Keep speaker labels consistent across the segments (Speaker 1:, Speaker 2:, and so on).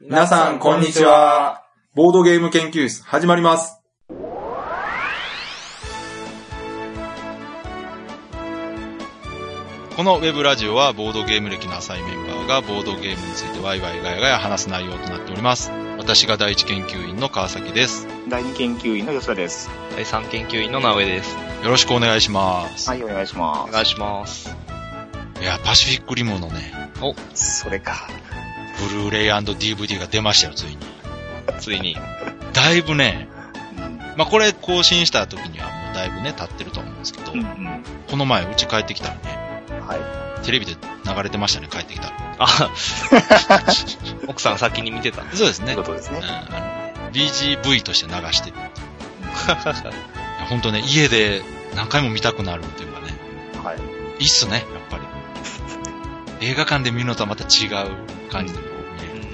Speaker 1: 皆さん、こんにちは。ボードゲーム研究室、始まります。
Speaker 2: このウェブラジオはボードゲーム歴の浅いメンバーがボードゲームについてワイワイガヤガヤ話す内容となっております。私が第一研究員の川崎です。
Speaker 3: 第二研究員の吉田です。
Speaker 4: 第3研究員の直江です。
Speaker 2: よろしくお願いします。
Speaker 3: はい、お願いしま
Speaker 4: お願いします。
Speaker 2: い、や、パシフィックリモのね、
Speaker 3: す。それか。
Speaker 2: ブルーレイ &DVD が出ましたよ、ついに。
Speaker 4: ついに。
Speaker 2: だいぶね、
Speaker 3: うん。
Speaker 2: まあ、これ更新した時にはもうだいぶね、経ってると思うんですけど、
Speaker 3: うん、
Speaker 2: この前、うち帰ってきたらね、
Speaker 3: うん。は
Speaker 2: テレビで流れてましたね、帰ってきたら。
Speaker 4: あ、 奥さん先に見てた。
Speaker 2: そうです
Speaker 3: い。とい
Speaker 2: ね
Speaker 3: うこ。とです
Speaker 2: う
Speaker 3: ね
Speaker 2: ん。あの BGV として流してる。 本当ね、家で何回も見たくなるっていうかね、
Speaker 3: はい。
Speaker 2: いいっすね、やっぱり。映画館で見るのとはまた違う感じでこう見れる。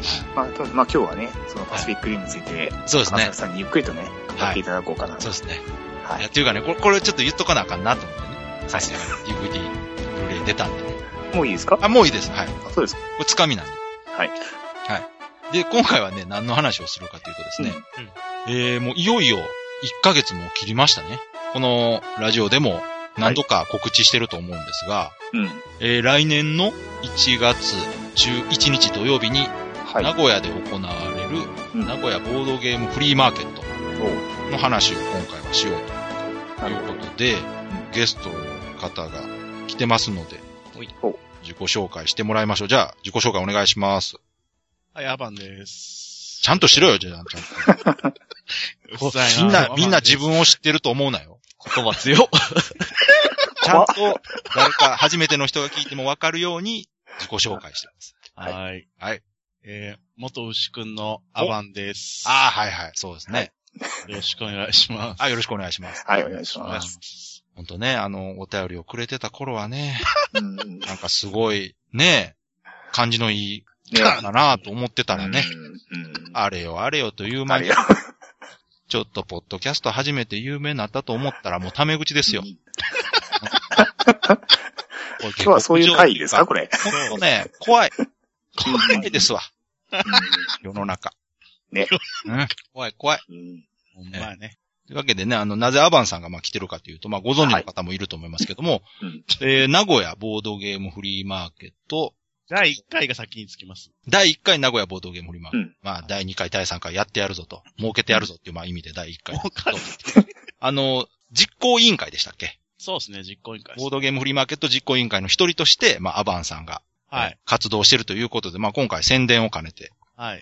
Speaker 3: ねまあ、とまあ今日はね、そのパシフィックリーについて、
Speaker 2: そうです
Speaker 3: 川
Speaker 2: ね
Speaker 3: 崎。さんにゆっくりとね、語っていただこうかな。
Speaker 2: そうですね。
Speaker 3: はい
Speaker 2: や、
Speaker 3: い。
Speaker 2: っていうかね、これ、これちょっと言っとかなあかんなと思ってね。さすがに DVD、ブルーレイ出たんでね。
Speaker 3: もういいですか
Speaker 2: あ、もういいです。はい。こ
Speaker 3: あそうですか。
Speaker 2: れ、つかみなんで。
Speaker 3: はい。
Speaker 2: で、今回はね、何の話をするかというとですね、えー、もういよいよ1ヶ月も切りましたね。このラジオでも何度か告知してると思うんですが、
Speaker 3: うん。うん。
Speaker 2: えー、来年の1月11日土曜日に
Speaker 3: はい。
Speaker 2: 名古屋で行われる
Speaker 3: うん
Speaker 2: 名古屋ボードゲームフリーマーケット
Speaker 3: おう
Speaker 2: の話を今回はしよう
Speaker 3: な
Speaker 2: とい
Speaker 3: る
Speaker 2: う
Speaker 3: ほ
Speaker 2: ことで、ゲストの方が来てますので
Speaker 4: ほい、
Speaker 3: ほう
Speaker 2: 自己紹介してもらいましょう。じゃあ、自己紹介お願いします。
Speaker 5: はい、アバンです。
Speaker 2: ちゃんとしろよ、じゃあ、ちゃんと。
Speaker 5: うっさい
Speaker 2: みん
Speaker 5: ア
Speaker 2: な、みんな
Speaker 5: バンです
Speaker 2: 自分を知ってると思うなよ。
Speaker 4: 言葉強っ。
Speaker 2: ちゃんと、誰か初めての人が聞いてもわかるように、自己紹介して ます。
Speaker 5: はい。
Speaker 2: はい。
Speaker 5: えー、元牛くんのアバンです。
Speaker 2: ああ、はいはい、そうですね。
Speaker 5: よろしくお願いします。
Speaker 2: あよろしくお願いします。
Speaker 3: はい、お願いし
Speaker 5: お願
Speaker 3: ま
Speaker 5: い
Speaker 3: す。
Speaker 5: します。
Speaker 2: ほんとね、あの、お便りをくれてた頃は ね、
Speaker 3: うん。ね
Speaker 2: なんかすごい、ね、感じのいい、キャラだなぁと思ってたらね、
Speaker 3: うん。うん
Speaker 2: あれよあれよという
Speaker 3: あ
Speaker 2: 間
Speaker 3: れ
Speaker 2: に
Speaker 3: よ、。
Speaker 2: ちょっとポッドキャスト初めて有名になったと思ったらもうタメ口ですよ。今
Speaker 3: 今日はそういう回ですかこれ。
Speaker 2: ほんとね、怖い。怖いですわ、
Speaker 3: う
Speaker 2: 世の中。
Speaker 3: ね。
Speaker 2: うん、怖い怖い。
Speaker 3: んうん
Speaker 5: ほんまあね。
Speaker 2: というわけでね、あの、なぜアバンさんがまあ来てるかというと、まあご存知の方もいると思いますけども、
Speaker 3: はいうん
Speaker 2: えー、名古屋ボードゲームフリーマーケット、
Speaker 5: 第1回が先につきます。
Speaker 2: 第1回名古屋ボードゲームフリーマーケット、
Speaker 3: うん
Speaker 2: まあ第2回第3回やってやるぞと、儲けてやるぞっていうまあ意味で第1回。
Speaker 5: 儲かる
Speaker 2: あの、実行委員会でしたっけ
Speaker 5: そうですね、実行委員会です
Speaker 2: ボードゲームフリーマーケット実行委員会の一人として、まあアバンさんが、
Speaker 5: はい。
Speaker 2: 活動してるということで、まあ今回宣伝を兼ねて
Speaker 5: はい。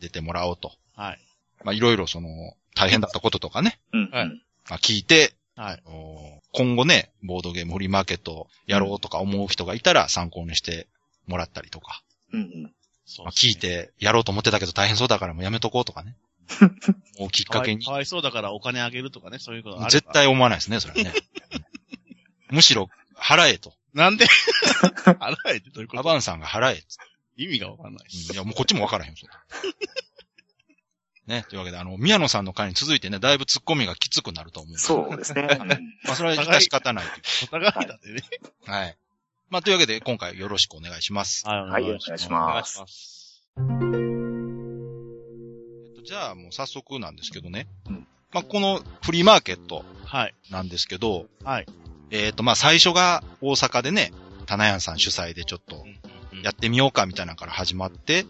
Speaker 2: 出てもらおうと。
Speaker 5: はい。
Speaker 2: まあいろいろその、大変だったこととかね、
Speaker 3: うん。
Speaker 5: はい
Speaker 3: うん
Speaker 2: まあ聞いて、
Speaker 5: はい。
Speaker 2: おー今後ね、ボードゲームフリーマーケットをやろうとか思う人がいたら参考にしてもらったりとか、
Speaker 3: うん。
Speaker 5: そう
Speaker 2: まあ、
Speaker 5: です
Speaker 2: 聞
Speaker 5: ね
Speaker 2: い。てやろうと思ってたけど大変そうだからもうやめとこう とかね。もうきっ
Speaker 5: か
Speaker 2: か
Speaker 5: わ
Speaker 2: け
Speaker 5: い
Speaker 2: に
Speaker 5: か。わいそうだからお金あげるとかね、そういうことあれば
Speaker 2: 絶。対思わないですね、それはね。むしろ、払え と。
Speaker 5: なん で払えってどういうこ
Speaker 2: ア
Speaker 5: と
Speaker 2: バンさんが払えっつっ
Speaker 5: 意味がわかんないです。
Speaker 2: て。いや、もうこっちもわからへん。それ ね、というわけで、あの、宮野さんの回に続いてね、だいぶ突っ込みがきつくなると思うんで。
Speaker 3: そうですね。うん
Speaker 2: まあ、それは致し方ないとい
Speaker 5: お互いだってね。
Speaker 2: う。はい。まあ、というわけで、今回よろしくお願いします。
Speaker 5: はい、お
Speaker 3: はい、お願いします。
Speaker 5: す。
Speaker 2: えっとじゃあ、もう早速なんですけどね。
Speaker 3: うん
Speaker 2: まあ、このフリーマーケット
Speaker 5: はい。
Speaker 2: なんですけど、
Speaker 5: はい。
Speaker 2: えっ、と、まあ、最初が大阪でね、棚屋さん主催でちょっとやってみようかみたいなのから始まって、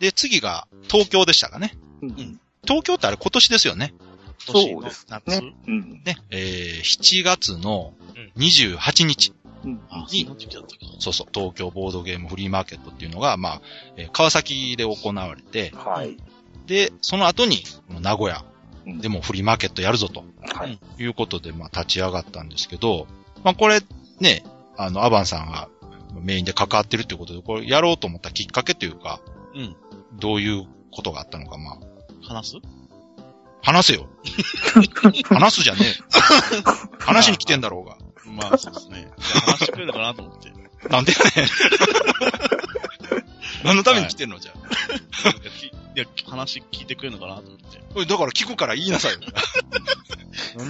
Speaker 2: で、次が東京でしたかね。
Speaker 3: うん
Speaker 2: 東京ってあれ今年ですよね。
Speaker 3: そうです
Speaker 5: 今年の夏
Speaker 3: ね。うん。
Speaker 2: ね。えー、7月の
Speaker 4: うん
Speaker 2: 28日。
Speaker 3: うん
Speaker 5: あ、
Speaker 2: に
Speaker 5: その時だったか
Speaker 2: そうそう、東京ボードゲームフリーマーケットっていうのが、まあ、えー川崎で行われて、
Speaker 3: はい。
Speaker 2: で、その後に、この名古屋
Speaker 3: うん
Speaker 2: でもフリーマーケットやるぞと
Speaker 3: はい。
Speaker 2: いうことで、まあ、立ち上がったんですけど、まあ、これ、ね、あの、アバンさんがメインで関わってるっていうことで、これやろうと思ったきっかけというか、
Speaker 5: うん。
Speaker 2: どういうことがあったのか、まあ、
Speaker 5: 話す
Speaker 2: 話 せよ。話すじゃねえ。話に来てんだろうが。
Speaker 5: まあ、そうですね。いや話してくれるのかなと思って。
Speaker 2: なんでやね ん。何のために来てんのじゃあ。
Speaker 5: いや、話聞いてくれるのかなと思って。
Speaker 2: おいだから聞くから言いなさいよ。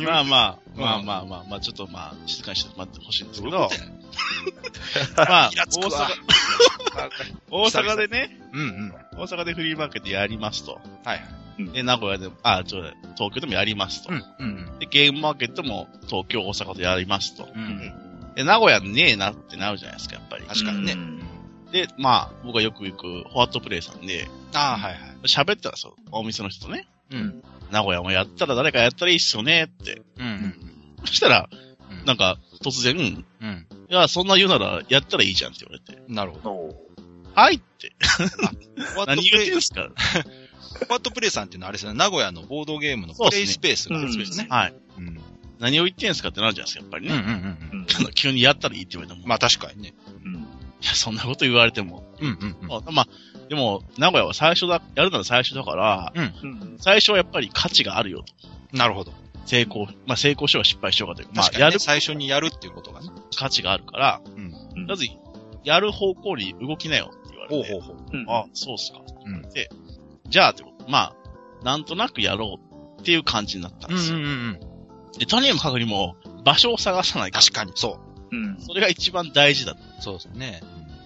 Speaker 5: まあまあ、まあ
Speaker 2: うん
Speaker 5: まあまあ、まあちょっとまあ、静かにして待ってほしいんですけ
Speaker 2: どうい
Speaker 5: ど
Speaker 2: うこと、やねん
Speaker 5: まあ、
Speaker 2: イラつ
Speaker 5: 大
Speaker 2: くわ
Speaker 5: 阪、大阪でね、
Speaker 2: うんうん。は
Speaker 5: 大阪でフリーマーケットやりますと。
Speaker 2: い。
Speaker 5: で、名古屋でも、あ、ちょ、東京でもやりますと。
Speaker 2: うんうん
Speaker 5: で、ゲームマーケットも東京、大阪とやりますと。
Speaker 2: うん。うん。
Speaker 5: で、名古屋ねえなってなるじゃないですか、やっぱり。
Speaker 2: 確かにね。
Speaker 5: で、まあ、僕がよく行く、ホワットプレイさんで、
Speaker 2: ああ、はいはい。
Speaker 5: 喋ったんですよ、お店の人とね。
Speaker 2: うん。
Speaker 5: 名古屋もやったら誰かやったらいいっすよねって。
Speaker 2: うん
Speaker 5: そしたら、
Speaker 2: うん。
Speaker 5: なんか、突然、い
Speaker 2: うん。
Speaker 5: や、そんな言うなら、やったらいいじゃんって言われて。
Speaker 2: なるほど。
Speaker 3: おー
Speaker 5: はいって。
Speaker 2: ホワット
Speaker 5: 何
Speaker 2: プ
Speaker 5: 言っ
Speaker 2: レ
Speaker 5: て
Speaker 2: イ
Speaker 5: ん、すか
Speaker 2: ホワットプレイさんっていうのはあれですね、名古屋のボードゲームのプ
Speaker 5: そうです
Speaker 2: レ
Speaker 5: ね
Speaker 2: イスペースなんですね。
Speaker 5: はい。
Speaker 2: うん。うん
Speaker 5: 何を言ってんすかってなるじゃないですか、やっぱり
Speaker 2: うんう
Speaker 5: ね。
Speaker 2: ん
Speaker 3: うん
Speaker 5: あの 急にやったらいいって言われても。
Speaker 2: うん。まあ確かにね。
Speaker 3: うん
Speaker 5: いや、そんなこと言われても。
Speaker 2: うんうんうん。
Speaker 5: あまあ、でも、名古屋は最初だ、やるなら最初だから、
Speaker 3: うん
Speaker 5: 最初はやっぱり価値があるよと。
Speaker 2: なるほど。
Speaker 5: 成功、まあ成功しようが失敗しようがというか、ま
Speaker 2: 確
Speaker 5: あ
Speaker 2: か
Speaker 5: や
Speaker 2: に
Speaker 5: る
Speaker 2: ね、最初にやるっていうことがね。
Speaker 5: 価値があるから、
Speaker 2: うん。
Speaker 3: うん
Speaker 5: まず、やる方向に動きなよって言わ
Speaker 2: ほう
Speaker 5: れて、
Speaker 2: ほうほう。
Speaker 3: うん
Speaker 5: あ、そうっすか。
Speaker 2: うん
Speaker 5: で、じゃあってこと、まあ、なんとなくやろうっていう感じになったんですよ。
Speaker 2: んうん。
Speaker 5: で、とにもかくにも、場所を探さないから。
Speaker 2: 確かに、そ
Speaker 3: うん
Speaker 5: それが一番大事だと。
Speaker 2: う。そうですね。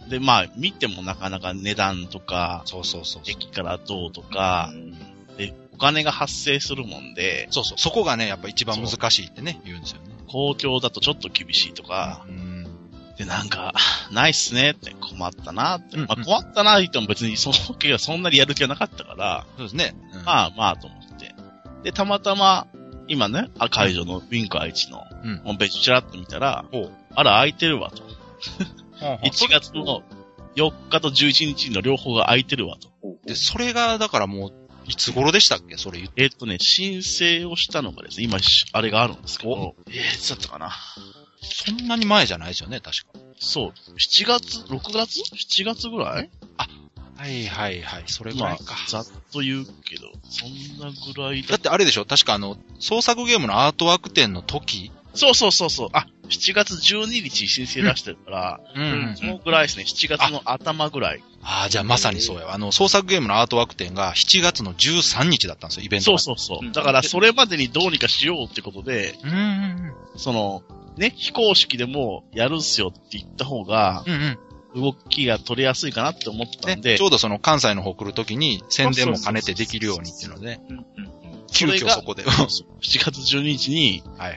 Speaker 5: で、まあ、見てもなかなか値段とか、
Speaker 2: そうそうそうそう。
Speaker 5: 駅からどうとか
Speaker 3: う、ん
Speaker 5: で、お金が発生するもんで、
Speaker 2: そうそう。そこがね、やっぱ一番難しいってね、言うんですよね。
Speaker 5: 公共だとちょっと厳しいとか、
Speaker 2: うん。
Speaker 5: で、なんか、ないっすねって困ったなって。
Speaker 2: うんうん
Speaker 5: まあ、困ったなって言っても別にその時はそんなにやる気はなかったから、
Speaker 2: そうですね。
Speaker 5: ま
Speaker 2: あ、
Speaker 5: あまあと思って。で、たまたま、今ね、あ会場のウィンク愛知の
Speaker 2: うん
Speaker 5: ホームページちらっと見たら、
Speaker 2: ほう。
Speaker 5: あら、空いてるわと。1
Speaker 2: 一
Speaker 5: 月の4日と11日の両方が空いてるわと。
Speaker 3: おー
Speaker 2: で、それが、だからもう、いつ頃でしたっけそれ言って。
Speaker 5: えっ、とね、申請をしたのがですね、今し、あれがあるんですけど、えー、いつだったかな。
Speaker 2: そんなに前じゃないですよね、確か。
Speaker 5: そう、7月、6月 ?7 月ぐらい
Speaker 2: はいはいはい。それぐ
Speaker 5: ま
Speaker 2: ら
Speaker 5: あ
Speaker 2: いか。、
Speaker 5: ざっと言うけど、そんなぐらい
Speaker 2: だ
Speaker 5: だ
Speaker 2: っ。てあれでしょ確かあの、創作ゲームのアートワーク展の時。
Speaker 5: そうそうそうそう。あ、7月12日申請出してるから、
Speaker 2: うん
Speaker 5: そのぐらいですね。7月の頭ぐらい。
Speaker 2: ああ、じゃあまさにそうや。あの、創作ゲームのアートワーク展が7月の13日だったんですよ、イベント
Speaker 5: そう
Speaker 2: が。
Speaker 5: そうそうう。
Speaker 3: ん
Speaker 5: だから、それまでにどうにかしようってことで、
Speaker 2: う。うんうん
Speaker 5: その、ね、非公式でもやるんすよって言った方が、
Speaker 2: うん。うんうん。
Speaker 5: 動きが取りやすいかなって思ったん
Speaker 2: ね、
Speaker 5: で
Speaker 2: ち、ょうどその関西の方来るときに宣伝も兼ねてできるようにっていうので、
Speaker 3: うんうん
Speaker 2: 急
Speaker 5: れ
Speaker 2: 遽
Speaker 5: が
Speaker 2: そ こで。は
Speaker 5: 7月12日に、
Speaker 2: いはい。
Speaker 5: と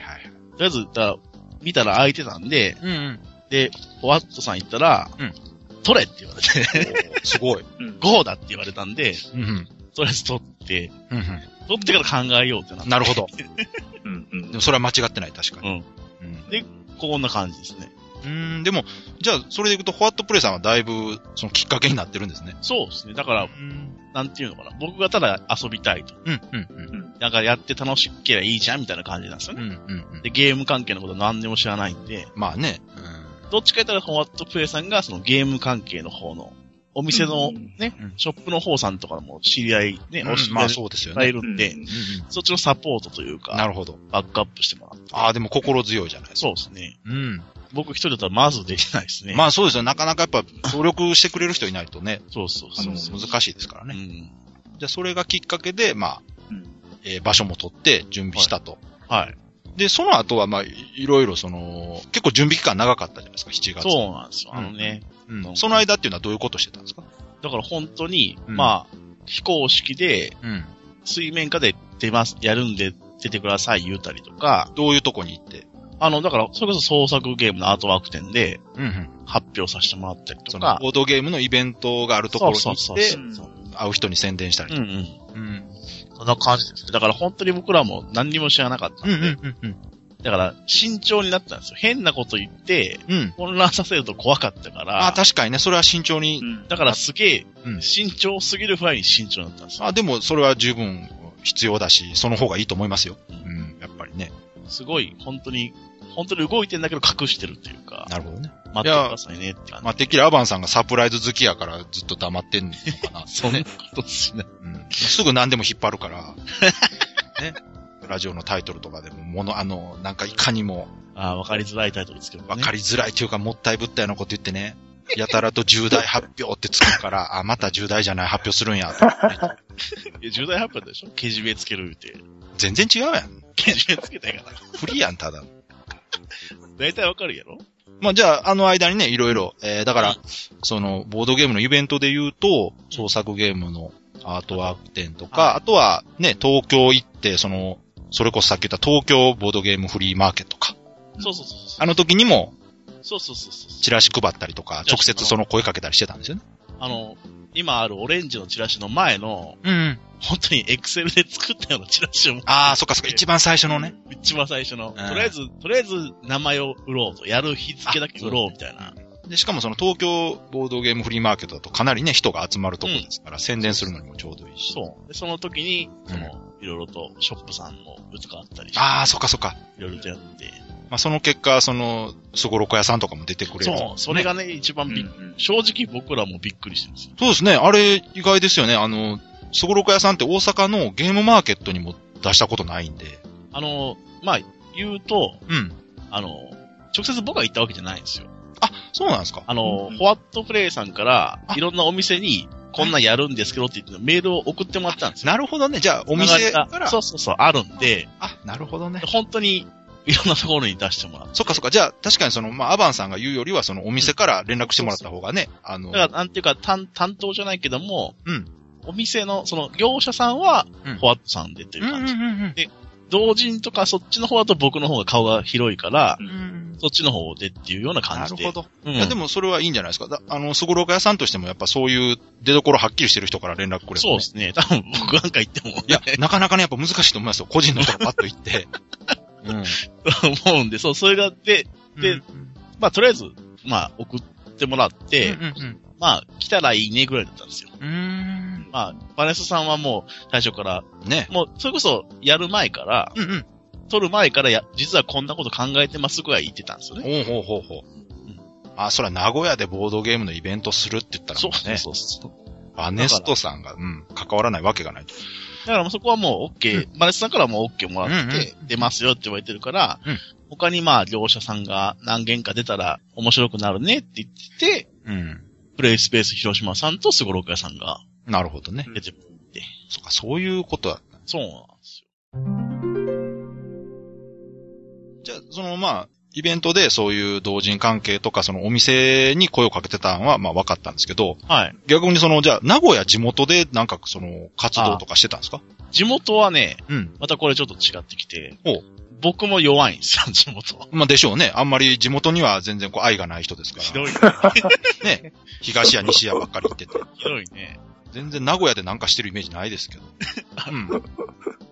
Speaker 5: りあえず、だから見たら空いてたんで、
Speaker 2: うんうん。
Speaker 5: で、ホワットさん行ったら、
Speaker 2: うん
Speaker 5: 取れって言われて、
Speaker 2: すごい。
Speaker 3: うん
Speaker 5: ゴーだって言われたんで、
Speaker 2: うんうん。
Speaker 5: とりあえず取って、
Speaker 2: うん
Speaker 5: 取ってから考えようってなっ
Speaker 2: う
Speaker 5: て
Speaker 2: ん。なる ほど。
Speaker 3: うんうん
Speaker 2: でもそれは間違ってない、確かに。うん
Speaker 5: こんな感じですね。
Speaker 2: うん、でも、じゃあ、それでいくと、ホワットプレイさんはだいぶ、そのきっかけになってるんですね。
Speaker 5: そうですね。だから、
Speaker 2: うん、
Speaker 5: なんていうのかな。僕がただ遊びたいと。
Speaker 2: うん、うん、
Speaker 5: だからやって楽しければいいじゃんみたいな感じなんですよ
Speaker 2: うん、う
Speaker 5: ね。
Speaker 2: ん、うん。
Speaker 5: で、ゲーム関係のこと何でも知らないんで、
Speaker 2: まあね、
Speaker 5: どっちか言ったらホワットプレイさんがそのゲーム関係の方の、お店の
Speaker 3: うん
Speaker 5: ね、
Speaker 2: うん
Speaker 5: ショップの方さんとかも知り合いね、
Speaker 2: う
Speaker 5: お知
Speaker 2: ん。
Speaker 5: り合
Speaker 2: ま
Speaker 5: い
Speaker 2: あ
Speaker 5: い
Speaker 2: そうです
Speaker 5: っ
Speaker 2: よ
Speaker 5: ぱいいる
Speaker 2: ね。
Speaker 3: うんん
Speaker 5: で、そっちのサポートというか、
Speaker 2: なるほど。
Speaker 5: バックアップしてもらって。
Speaker 2: ああ、でも心強いじゃないですか。
Speaker 5: そうですね。
Speaker 2: うん。
Speaker 5: 僕一人だったらまずできないですね。
Speaker 2: まあそうですよ。なかなかやっぱ協力してくれる人いないと ね、
Speaker 5: そうそう
Speaker 2: あ
Speaker 5: そ
Speaker 2: の、
Speaker 5: う。
Speaker 2: 難しいですから
Speaker 5: う
Speaker 2: ね。
Speaker 5: ん。
Speaker 2: じゃあそれがきっかけで、まあ、
Speaker 3: うん
Speaker 2: えー場所も取って準備したと。
Speaker 5: はい。
Speaker 2: で、その後はまあ、いいろいろその、結構準備期間長かったじゃないですか、7月。
Speaker 5: そうなんですよ。あのね、
Speaker 2: うんその間っていうのはどういうことしてたんですか
Speaker 5: だから本当に、
Speaker 2: うん
Speaker 5: まあ、非公式で、
Speaker 2: うん。
Speaker 5: 水面下で出ます、やるんで出てください言うたりとか、
Speaker 2: どういうとこに行って。
Speaker 5: あの、だから、それこそ創作ゲームのアートワーク展で
Speaker 2: うんうん。
Speaker 5: 発表させてもらったりと
Speaker 2: その
Speaker 5: か、
Speaker 2: ボードゲームのイベントがあるところに行
Speaker 5: そ
Speaker 2: っ
Speaker 5: うそう
Speaker 2: て
Speaker 5: そう、
Speaker 2: 会う人に宣伝したり
Speaker 5: うんう
Speaker 2: とか。
Speaker 5: ん。
Speaker 2: うん。
Speaker 5: そんな感じですね。だから本当に僕らも何にも知らなかったん
Speaker 2: うん
Speaker 5: で、
Speaker 2: うんうん
Speaker 5: だから慎重になったんですよ。変なこと言って、
Speaker 2: うん。うん。
Speaker 5: 混乱させると怖かったから、
Speaker 2: ああ、確かにね、それは慎重
Speaker 3: う
Speaker 2: に。
Speaker 3: ん
Speaker 5: だからすげえ
Speaker 2: うん、
Speaker 5: 慎重すぎるファイに慎重になったんですよ。
Speaker 2: ああ、でもそれは十分必要だし、その方がいいと思いますよ。
Speaker 5: う
Speaker 2: うん、やっぱりね。
Speaker 5: すごい、本当に、本当に動いてんだけど隠してるっていうか、
Speaker 2: なるほどね。
Speaker 5: 待ってくださいねって感じ。
Speaker 2: まあ、てっきりアバンさんがサプライズ好きやからずっと黙ってんのか な。
Speaker 5: そんなことしない。
Speaker 2: うん。すぐ何でも引っ張るから。 ね。ラジオのタイトルとかでも、もの、あの、なんかいかにも
Speaker 5: ああ、わかりづらいタイトルですけどね。
Speaker 2: わかりづらいというか、もったいぶったようなこと言ってね、やたらと重大発表ってつくから、あ、また重大じゃない発表するんや、と
Speaker 5: いや、重大発表でしょけじめつけるって。
Speaker 2: 全然違うやん。
Speaker 5: けじめつけたいから。
Speaker 2: フリーやん、ただ。
Speaker 5: 大体わかるやろ
Speaker 2: まあ、じゃあ、あの間にね、いろいろ、えー、だから、その、ボードゲームのイベントで言うと、創作ゲームのアートワーク展と
Speaker 4: は
Speaker 2: か、あとは、ね、東京行って、その、それこそさっき言った東京ボードゲームフリーマーケットか。
Speaker 5: そうそうそうそう。
Speaker 2: あの時にも、
Speaker 5: そうそうそうそう。
Speaker 2: チラシ配ったりとか、直接その声かけたりしてたんですよね。
Speaker 5: あの、今あるオレンジのチラシの前の、
Speaker 2: うん。
Speaker 5: 本当にエクセルで作ったようなチラシを持って
Speaker 2: ああ、そっかそっか、一番最初のね。
Speaker 5: 一番最初の、
Speaker 2: ん
Speaker 5: とりあえず、とりあえず名前を売ろうと、やる日付だけ売ろうみたいな。
Speaker 2: で、しかもその東京ボードゲームフリーマーケットだとかなりね、人が集まるとこですから、宣伝するのにもちょうどいいし。
Speaker 5: そう。で、その時に、その、いろいろとショップさんもぶつかったりして、
Speaker 2: ああ、そっかそっか。
Speaker 5: いろいろとやって。
Speaker 2: まあ、その結果、その、すごろく屋さんとかも出てくれる。
Speaker 5: そう、それがね、一番
Speaker 3: う
Speaker 5: びっ、
Speaker 3: ん
Speaker 5: 正直僕らもびっくりしてるんですよ。
Speaker 2: そうですね。あれ、意外ですよね。あの、すごろく屋さんって大阪のゲームマーケットにも出したことないんで。
Speaker 5: あの、まあ、言うと、
Speaker 2: うん。
Speaker 5: あの、直接僕が行ったわけじゃないんですよ。
Speaker 2: あ、そうなんですか。
Speaker 5: あの、
Speaker 3: うん
Speaker 5: ホワットプレイさんから
Speaker 2: あ、
Speaker 5: いろんなお店に、こんなんやるんですけどって言って、メールを送ってもらったんですよ。
Speaker 2: なるほどね。じゃあ、お店か
Speaker 5: 流れが
Speaker 2: ら。
Speaker 5: そうそうそう、あるんで、
Speaker 2: あ、なるほどね。
Speaker 5: 本当に、いろんなところに出してもらう。
Speaker 2: そっかそっか。じゃあ、確かにその、まあ、アバンさんが言うよりは、その、お店から連絡してもらった方がね、あの、
Speaker 5: だから、なんていうか、担、担当じゃないけども、
Speaker 2: うん
Speaker 5: お店の、その、業者さんは
Speaker 2: うん、
Speaker 5: ホワットさんでという
Speaker 2: うん
Speaker 5: 感
Speaker 2: うん
Speaker 5: じ。
Speaker 2: うん
Speaker 5: 同人とか、そっちの方だと僕の方が顔が広いから、
Speaker 2: うんうん。
Speaker 5: そっちの方でっていうような感
Speaker 2: な
Speaker 5: じ
Speaker 2: る
Speaker 5: で。
Speaker 2: ほど。
Speaker 5: うん
Speaker 2: いやでもそれはいいんじゃないですか。だあの、すごろく屋さんとしてもやっぱそういう出所はっきりしてる人から連絡くればね
Speaker 5: そうですね。多分僕なんか言っても、
Speaker 2: いや、なかなかね、やっぱ難しいと思いますよ。個人の人がパッと行 って。うん。
Speaker 5: 思うんで、そう、それが、で、で
Speaker 2: うん
Speaker 5: まあ、とりあえず、まあ、送ってもらって、
Speaker 2: うんうん
Speaker 5: まあ、来たらいいねぐらいだったんですよ。
Speaker 2: うん。うーん。
Speaker 5: まあ、バネスさんはもう、最初から、
Speaker 2: ね。
Speaker 5: もう、それこそ、やる前から、
Speaker 2: うんうん。
Speaker 5: 撮る前からや、実はこんなこと考えてますぐらい言ってたんですよね。
Speaker 2: おうほうほうほう。あ、そら名古屋でボードゲームのイベントするって言ったら
Speaker 5: そ
Speaker 2: も
Speaker 5: う
Speaker 2: うね、
Speaker 5: そうそう。
Speaker 2: バネストさんが、うん、関わらないわけがないと。
Speaker 5: だからもうそこはもう OK、マレスさんからもう OK もらって、出ますよって言われてるから、
Speaker 2: うん
Speaker 5: 他にまあ業者さんが何件か出たら面白くなるねって言ってて、
Speaker 2: うん。
Speaker 5: プレイスペース広島さんとスゴロク屋さんが
Speaker 2: なるほどね。
Speaker 5: 出てくる。
Speaker 2: そっか、そういうことだった。
Speaker 5: そうなんですよ。
Speaker 2: じゃあ、その、まあ、イベントでそういう同人関係とか、そのお店に声をかけてたのは、まあ分かったんですけど、
Speaker 5: はい。
Speaker 2: 逆にその、じゃあ、名古屋地元でなんかその、活動とかしてたんですか
Speaker 5: 地元はね、
Speaker 2: うん。
Speaker 5: またこれちょっと違ってきて
Speaker 2: ほう、
Speaker 5: 僕も弱いんですよ、地元は。
Speaker 2: まあでしょうね。あんまり地元には全然こう愛がない人ですか
Speaker 5: ひ
Speaker 2: ら。
Speaker 5: どいね。
Speaker 2: ね。東や西やばっかり行ってて。
Speaker 5: ひどいね。
Speaker 2: 全然名古屋でなんかしてるイメージないですけど。うん。うん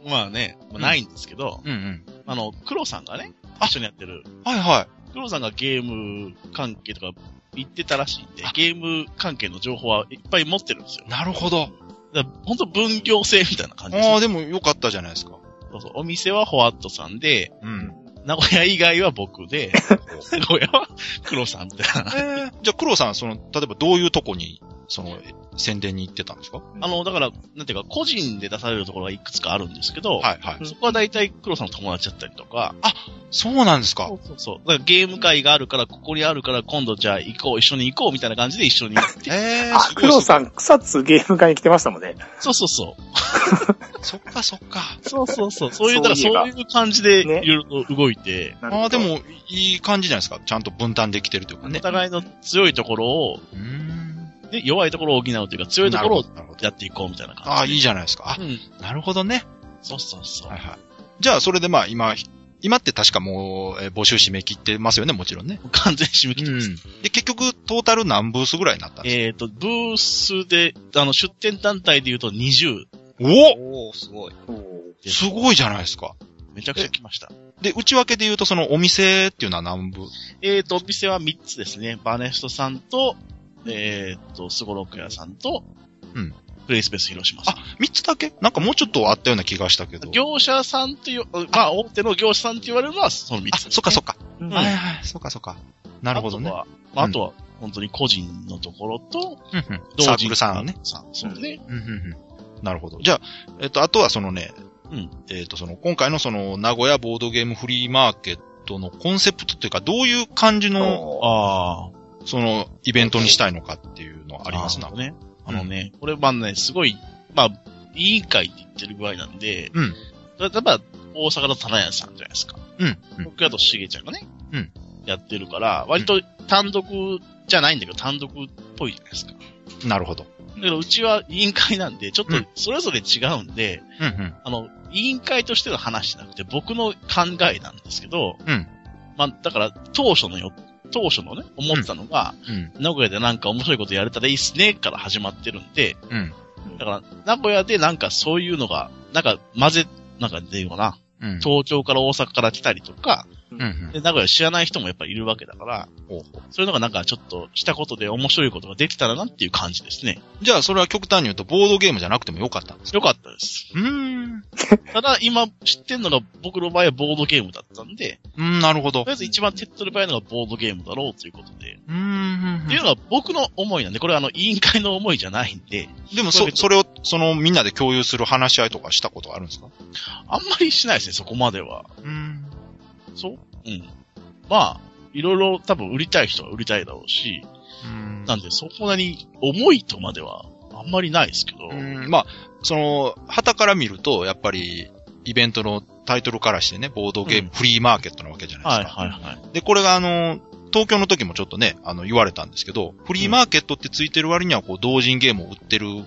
Speaker 5: まあね、まあないんですけど、
Speaker 2: うん。
Speaker 5: あの、黒さんがね、一緒にやってる、
Speaker 2: はいは
Speaker 5: 黒さんがゲーム関係とか言ってたらしいんで、ゲーム関係の情報はいっぱい持ってるんですよ
Speaker 2: い。。なるほど。
Speaker 5: だからほんと分業制みたいな感じです
Speaker 2: あ
Speaker 5: よ
Speaker 2: あ、でもよかったじゃないですか。
Speaker 5: そうそうお店はホワットさんで、
Speaker 2: うん。
Speaker 5: 名古屋以外は僕 で、名古屋は黒さんみたいな。
Speaker 2: え ー、じゃあ、黒さん、その、例えばどういうとこに、その、宣伝に行ってたんですか
Speaker 5: あの、だから、なんていうか、個人で出されるところがいくつかあるんですけど、
Speaker 2: はいはい。
Speaker 5: そこは大体黒さんの友達だったりとか、
Speaker 2: そうなんですか、
Speaker 5: そ。うそうそう。だからゲーム会があるから、ここにあるから、今度じゃあ行こう、一緒に行こうみたいな感じで一緒に行って
Speaker 2: えー、
Speaker 3: あ
Speaker 2: す、ごい
Speaker 3: 黒さん、草津ゲーム会に来てましたもんね。
Speaker 5: そうそうそう。
Speaker 2: そっかそっか。
Speaker 5: そうそうそう。そういう、だ
Speaker 3: そ
Speaker 5: か
Speaker 3: う
Speaker 5: ら
Speaker 3: いえば
Speaker 5: そういう感じで、い
Speaker 3: ね
Speaker 5: ろいろと動いて、
Speaker 3: なる
Speaker 2: あ
Speaker 3: ほ
Speaker 2: あ、で
Speaker 3: ど、
Speaker 2: も、いい感じじゃないですか。ちゃんと分担できてるというか
Speaker 5: お
Speaker 2: ね。
Speaker 5: 互いの強いところを、
Speaker 2: うーん。
Speaker 5: ね、弱いところを補うというか、強いところを
Speaker 2: なるほど。
Speaker 5: やっていこうみたいな感じ。
Speaker 2: ああ、いいじゃないですか。
Speaker 5: うん。
Speaker 2: あ、なるほどね。
Speaker 5: そうそうそう。
Speaker 2: はいはい。じゃあ、それでまあ、今、今って確かもう、えー募集締め切ってますよね、もちろんね。
Speaker 5: 完全に締め切ってます。
Speaker 2: で、結局、トータル何ブースぐらいになったんです
Speaker 5: えっ、と、ブースで、あの、出店団体で言うと20
Speaker 2: かお
Speaker 4: おおすごい。
Speaker 3: おー
Speaker 5: です
Speaker 2: ごいじゃないですか。
Speaker 5: めちゃくちゃ来ました。
Speaker 2: で、内訳で言うと、そのお店っていうのは何ブー
Speaker 5: えっ、と、お店は3つですね。バネストさんと、えっ、と、スゴロク屋さんと、
Speaker 2: うん
Speaker 5: プレイスペース広島さん。
Speaker 2: あ、三つだけなんかもうちょっとあったような気がしたけど。
Speaker 5: 業者さんという、まあ、大手の業者さんって言われるのはその3
Speaker 2: あ、
Speaker 5: つ、
Speaker 2: そっかそっか。
Speaker 3: うん
Speaker 5: ん
Speaker 2: はいはい、そっかそっか。なるほどね
Speaker 5: あと。は、まあ、あとは本当に個人のところと、
Speaker 2: うんうん
Speaker 5: 同
Speaker 2: サー
Speaker 5: 時
Speaker 2: ク
Speaker 5: に
Speaker 2: ルさんはね。。
Speaker 5: そうね。
Speaker 2: うんうんうんなるほど。じゃあ、えっと、あとはそのね、
Speaker 5: うん
Speaker 2: えっと、その、今回のその、名古屋ボードゲームフリーマーケットのコンセプトというか、どういう感じの、
Speaker 3: おー
Speaker 5: ああ、
Speaker 2: その、イベントにしたいのかっていうのはありますな。
Speaker 5: ね。あのね、これまあね、すごい、まあ、委員会って言ってるぐらいなんで、
Speaker 2: うん。
Speaker 5: 例えば、大阪の棚屋さんじゃないですか。
Speaker 2: うん。うん
Speaker 5: 僕だとしげちゃんがね。
Speaker 2: うん
Speaker 5: やってるから、割と単独じゃないんだけど、単独っぽいじゃないですか。
Speaker 2: なるほど。
Speaker 5: だけど、うちは委員会なんで、ちょっと
Speaker 2: うん
Speaker 5: それぞれ違うんで、
Speaker 2: うんうん。
Speaker 5: あの、委員会としての話じゃなくて、僕の考えなんですけど、
Speaker 2: うん
Speaker 5: まあ、だから、当初のよ、当初のね、思ってたのが、
Speaker 2: うん。
Speaker 5: 名古屋でなんか面白いことやれたらいいっすね、から始まってるんで、
Speaker 2: うん。
Speaker 5: だから、名古屋でなんかそういうのが、なんか混ぜ、なんか出るかな。
Speaker 2: うん。
Speaker 5: 東京から大阪から来たりとか、
Speaker 2: うんうん。
Speaker 5: で、名古屋知らない人もやっぱいるわけだから、
Speaker 2: ほうほう
Speaker 5: そういうのがなんかちょっとしたことで面白いことができたらなっていう感じですね。
Speaker 2: じゃあ、それは極端に言うと、ボードゲームじゃなくてもよかったんですか
Speaker 5: よかったです。
Speaker 2: うーん。
Speaker 5: ただ、今知ってんのが僕の場合はボードゲームだったんで、
Speaker 2: うん、なるほど
Speaker 5: とり。あえず一番手っ取り早いのがボードゲームだろうということで。
Speaker 2: うーん
Speaker 5: っ。ていうのは僕の思いなんで、これはあの、委員会の思いじゃないんで、
Speaker 2: でも、そ、それを、その、みんなで共有する話し合いとかしたことあるんですか
Speaker 5: あんまりしないですね、そこまでは。
Speaker 2: うん。
Speaker 5: そううん。まあ、いろいろ多分売りたい人は売りたいだろうし、
Speaker 2: うん
Speaker 5: なんでそこなり重いとまではあんまりないですけど、
Speaker 2: うんまあ、その、旗から見ると、やっぱり、イベントのタイトルからしてね、ボードゲーム、
Speaker 5: うん
Speaker 2: フリーマーケットなわけじゃない
Speaker 5: はい
Speaker 2: ですか。
Speaker 5: はいはい。
Speaker 2: で、これがあの、東京の時もちょっとね、あの、言われたんですけど、フリーマーケットってついてる割には、こう、同人ゲームを売ってる
Speaker 5: うん、
Speaker 2: と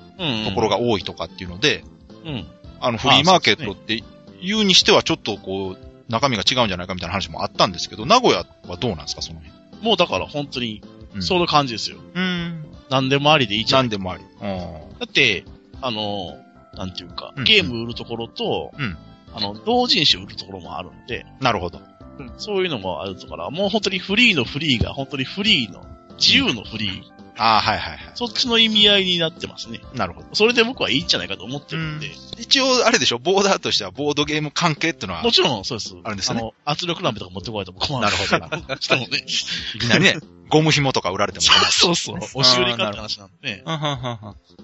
Speaker 2: ころが多いとかっていうので、
Speaker 5: うん。
Speaker 2: あの、フリーマーケットって言うにしては、ちょっとこう、中身が違うんじゃないかみたいな話もあったんですけど、名古屋はどうなんですか、その辺。
Speaker 5: もうだから本当に、
Speaker 2: うん
Speaker 5: その感じですよ。
Speaker 2: うん。
Speaker 5: 何でもありでいいじゃ。
Speaker 2: なんんでもあり。うん。
Speaker 5: だって、あの、なんていうか
Speaker 2: うん、
Speaker 5: ゲーム売るところと、
Speaker 2: うん
Speaker 5: あの、同人誌売るところもあるんで、
Speaker 2: なるほど。
Speaker 5: そういうのもあるから、もう本当にフリーのフリーが、本当にフリーの、自由のフリー、
Speaker 2: ああ、はいはいは
Speaker 5: そっちの意味合いになってますね。
Speaker 2: い。なるほど。
Speaker 5: それで僕はいいんじゃないかと思ってるんで、
Speaker 2: 一応、あれでしょ、ボーダーとしては、ボードゲーム関係っていうのは
Speaker 5: も、ちろんそうです。
Speaker 2: あるんですよね
Speaker 5: の、圧力鍋とか持ってこられたら困
Speaker 2: な
Speaker 5: る
Speaker 2: る。ほどな。
Speaker 5: してもね。
Speaker 2: いきな りね、 ゴム紐とか売られても
Speaker 5: そ
Speaker 2: 困
Speaker 5: う
Speaker 2: る。
Speaker 5: そうそう。押し売りかって話なんでね。
Speaker 2: うんうんうんうん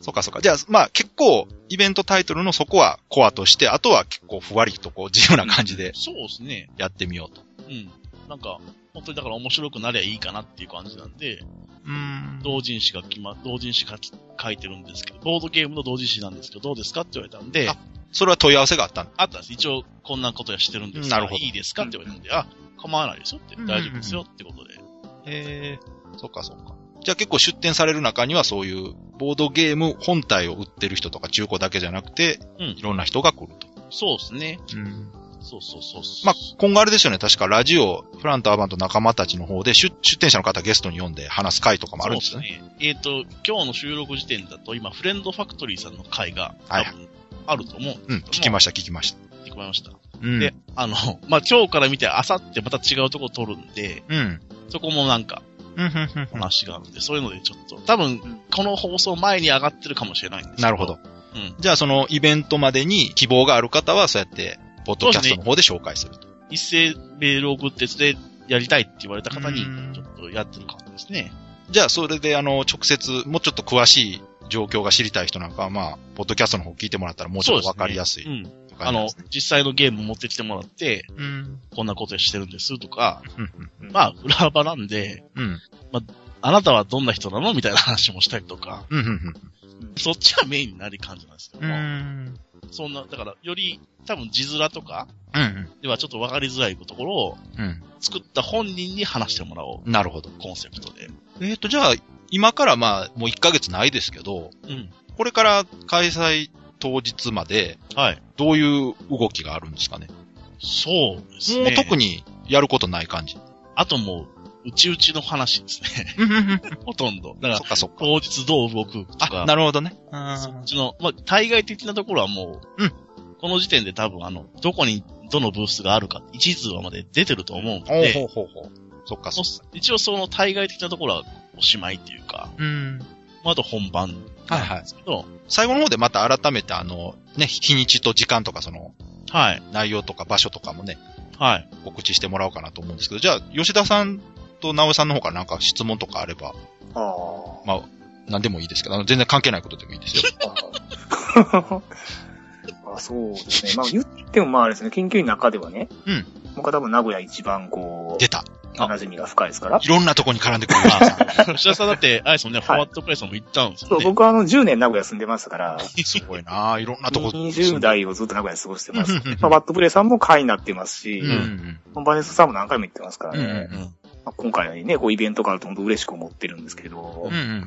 Speaker 2: そうかそうか。じゃあ、まあ結構、イベントタイトルのそこはコアとして、あとは結構ふわりとこう自由な感じで
Speaker 5: そうですね。
Speaker 2: やってみようと。
Speaker 5: うん。なんか、本当にだから面白くなりゃいいかなっていう感じなんで、
Speaker 2: うん
Speaker 5: 同人誌が決ま、同人誌が書いてるんですけど、ボードゲームの同人誌なんですけど、どうですかって言われたんで、
Speaker 2: あ
Speaker 5: あ
Speaker 2: それは問い合わせがあったんだ。
Speaker 5: ったんです。一応、こんなことやしてるんです
Speaker 2: な
Speaker 5: が
Speaker 2: るほど
Speaker 5: いいですかって言われたんで、あ、構わないですよって、
Speaker 2: うん
Speaker 5: 大丈夫ですよってことで。
Speaker 2: へえ、そっかそっか。じゃあ結構出展される中にはそういうボードゲーム本体を売ってる人とか中古だけじゃなくて、
Speaker 5: うん
Speaker 2: いろんな人が来ると。
Speaker 5: そうですね。そうそうそうそう。
Speaker 2: まあ、今後あれですよね、確かラジオ、フランとアバンと仲間たちの方で出出展者の方ゲストに読んで話す会とかもあるんですよね。
Speaker 5: そうですね。えっ、と、今日の収録時点だと、今、フレンドファクトリーさんの会が、
Speaker 2: はい
Speaker 5: 多分、あると思うん
Speaker 2: うん、
Speaker 5: ですけども、
Speaker 2: 聞きました、聞きました。
Speaker 5: 聞きました。
Speaker 2: うん。
Speaker 5: で、あの、 まあ、今日から見て、あさってまた違うとこ撮るんで、
Speaker 2: うん。
Speaker 5: そこもなんか、
Speaker 2: うん、うん、うんうん。
Speaker 5: 話があるんで、そういうのでちょっと、多分、この放送前に上がってるかもしれないんですけ
Speaker 2: なるほど。。
Speaker 5: うん
Speaker 2: じゃあ、そのイベントまでに希望がある方は、そうやって、ポッドキャストの方で紹介すると。
Speaker 5: 一斉メールを送って、それでやりたいって言われた方に
Speaker 2: うん、
Speaker 5: ちょっとやってる感じですね。
Speaker 2: じゃあ、それで、あの、直接、もうちょっと詳しい状況が知りたい人なんかは、まあ、ポッドキャストの方聞いてもらったら、もうちょっとわかりやすい
Speaker 5: そうですね。
Speaker 2: と
Speaker 5: うん。
Speaker 2: か
Speaker 5: あ
Speaker 2: ね
Speaker 5: の、実際のゲーム持ってきてもらって、
Speaker 2: うん。
Speaker 5: こんなことしてるんですとか、
Speaker 2: うん。
Speaker 5: まあ、裏幅なんで、
Speaker 2: うん。
Speaker 5: あなたはどんな人なのみたいな話もしたりとか、
Speaker 2: うん。うん。
Speaker 5: そっちがメインになる感じなんですけど
Speaker 2: う
Speaker 5: も、
Speaker 2: ん。
Speaker 5: そんな、だから、より多分字面とか
Speaker 2: うん。
Speaker 5: ではちょっと分かりづらいところを
Speaker 2: うん。
Speaker 5: 作った本人に話してもらおう、
Speaker 2: なるほど。
Speaker 5: コンセプトで。
Speaker 2: えっ、と、じゃあ、今からまあ、もう1ヶ月ないですけど、
Speaker 5: うん。
Speaker 2: これから開催当日まで、
Speaker 5: はい。
Speaker 2: どういう動きがあるんですかね。
Speaker 5: そうですね。
Speaker 2: もう特
Speaker 5: に。
Speaker 2: にやることない感じ。
Speaker 5: あともう、うちうちの話ですね。 ほとんど。だから
Speaker 2: そ、っかそっか。
Speaker 5: 当日どう動くと
Speaker 2: あ、
Speaker 5: か、
Speaker 2: なるほどね。
Speaker 5: そっちの、まあ、対外的なところはもう、
Speaker 2: うん
Speaker 5: この時点で多分あの、どこに、どのブースがあるか、一通話まで出てると思うんで、
Speaker 2: おうほうほうほう。そっかそ
Speaker 5: そ
Speaker 2: っ
Speaker 5: う一応その対外的なところはおしまいっていうか、
Speaker 2: か。うん。
Speaker 5: まあ、あと本番なんですけど、はい、
Speaker 2: 最後の方でまた改めてあの、ね、日にちと時間とかその、
Speaker 5: はい、
Speaker 2: 内容とか場所とかもね、
Speaker 5: はい。
Speaker 2: 告知してもらおうかなと思うんですけど、じゃあ、吉田さんと直江さんの方からなんか質問とかあれば、
Speaker 3: ああ。
Speaker 2: まあ、何でもいいですけど、あの、全然関係ないことでもいい ですよ。
Speaker 3: あそうですね。まあ言ってもまああれですね、研究員の中ではね、
Speaker 2: うん
Speaker 3: 僕は多分名古屋一番こう
Speaker 2: 出、た。あ
Speaker 3: 馴染みが深いですから
Speaker 2: い。ろんなとこに絡んでくる吉田さん。
Speaker 5: 吉田さんだって、あれですもんね、フォワットプレイさんも行ったんです
Speaker 3: そ
Speaker 5: よ
Speaker 3: う、
Speaker 5: ね。
Speaker 3: 僕はあの10年名古屋住んでますから、
Speaker 2: すごいなあいろんなとこ。
Speaker 3: 20代をずっと名古屋で過ごしてます
Speaker 2: うんうんうん。
Speaker 3: まあバットプレイさんも会になってます
Speaker 2: う
Speaker 3: し
Speaker 2: んう、ん
Speaker 3: バネスさんも何回も行ってますから
Speaker 2: うん。うんう
Speaker 3: ね。
Speaker 2: ん
Speaker 3: まあ今回のようにね、こうイベントがあると本当嬉しく思ってるんですけど、
Speaker 2: うんうん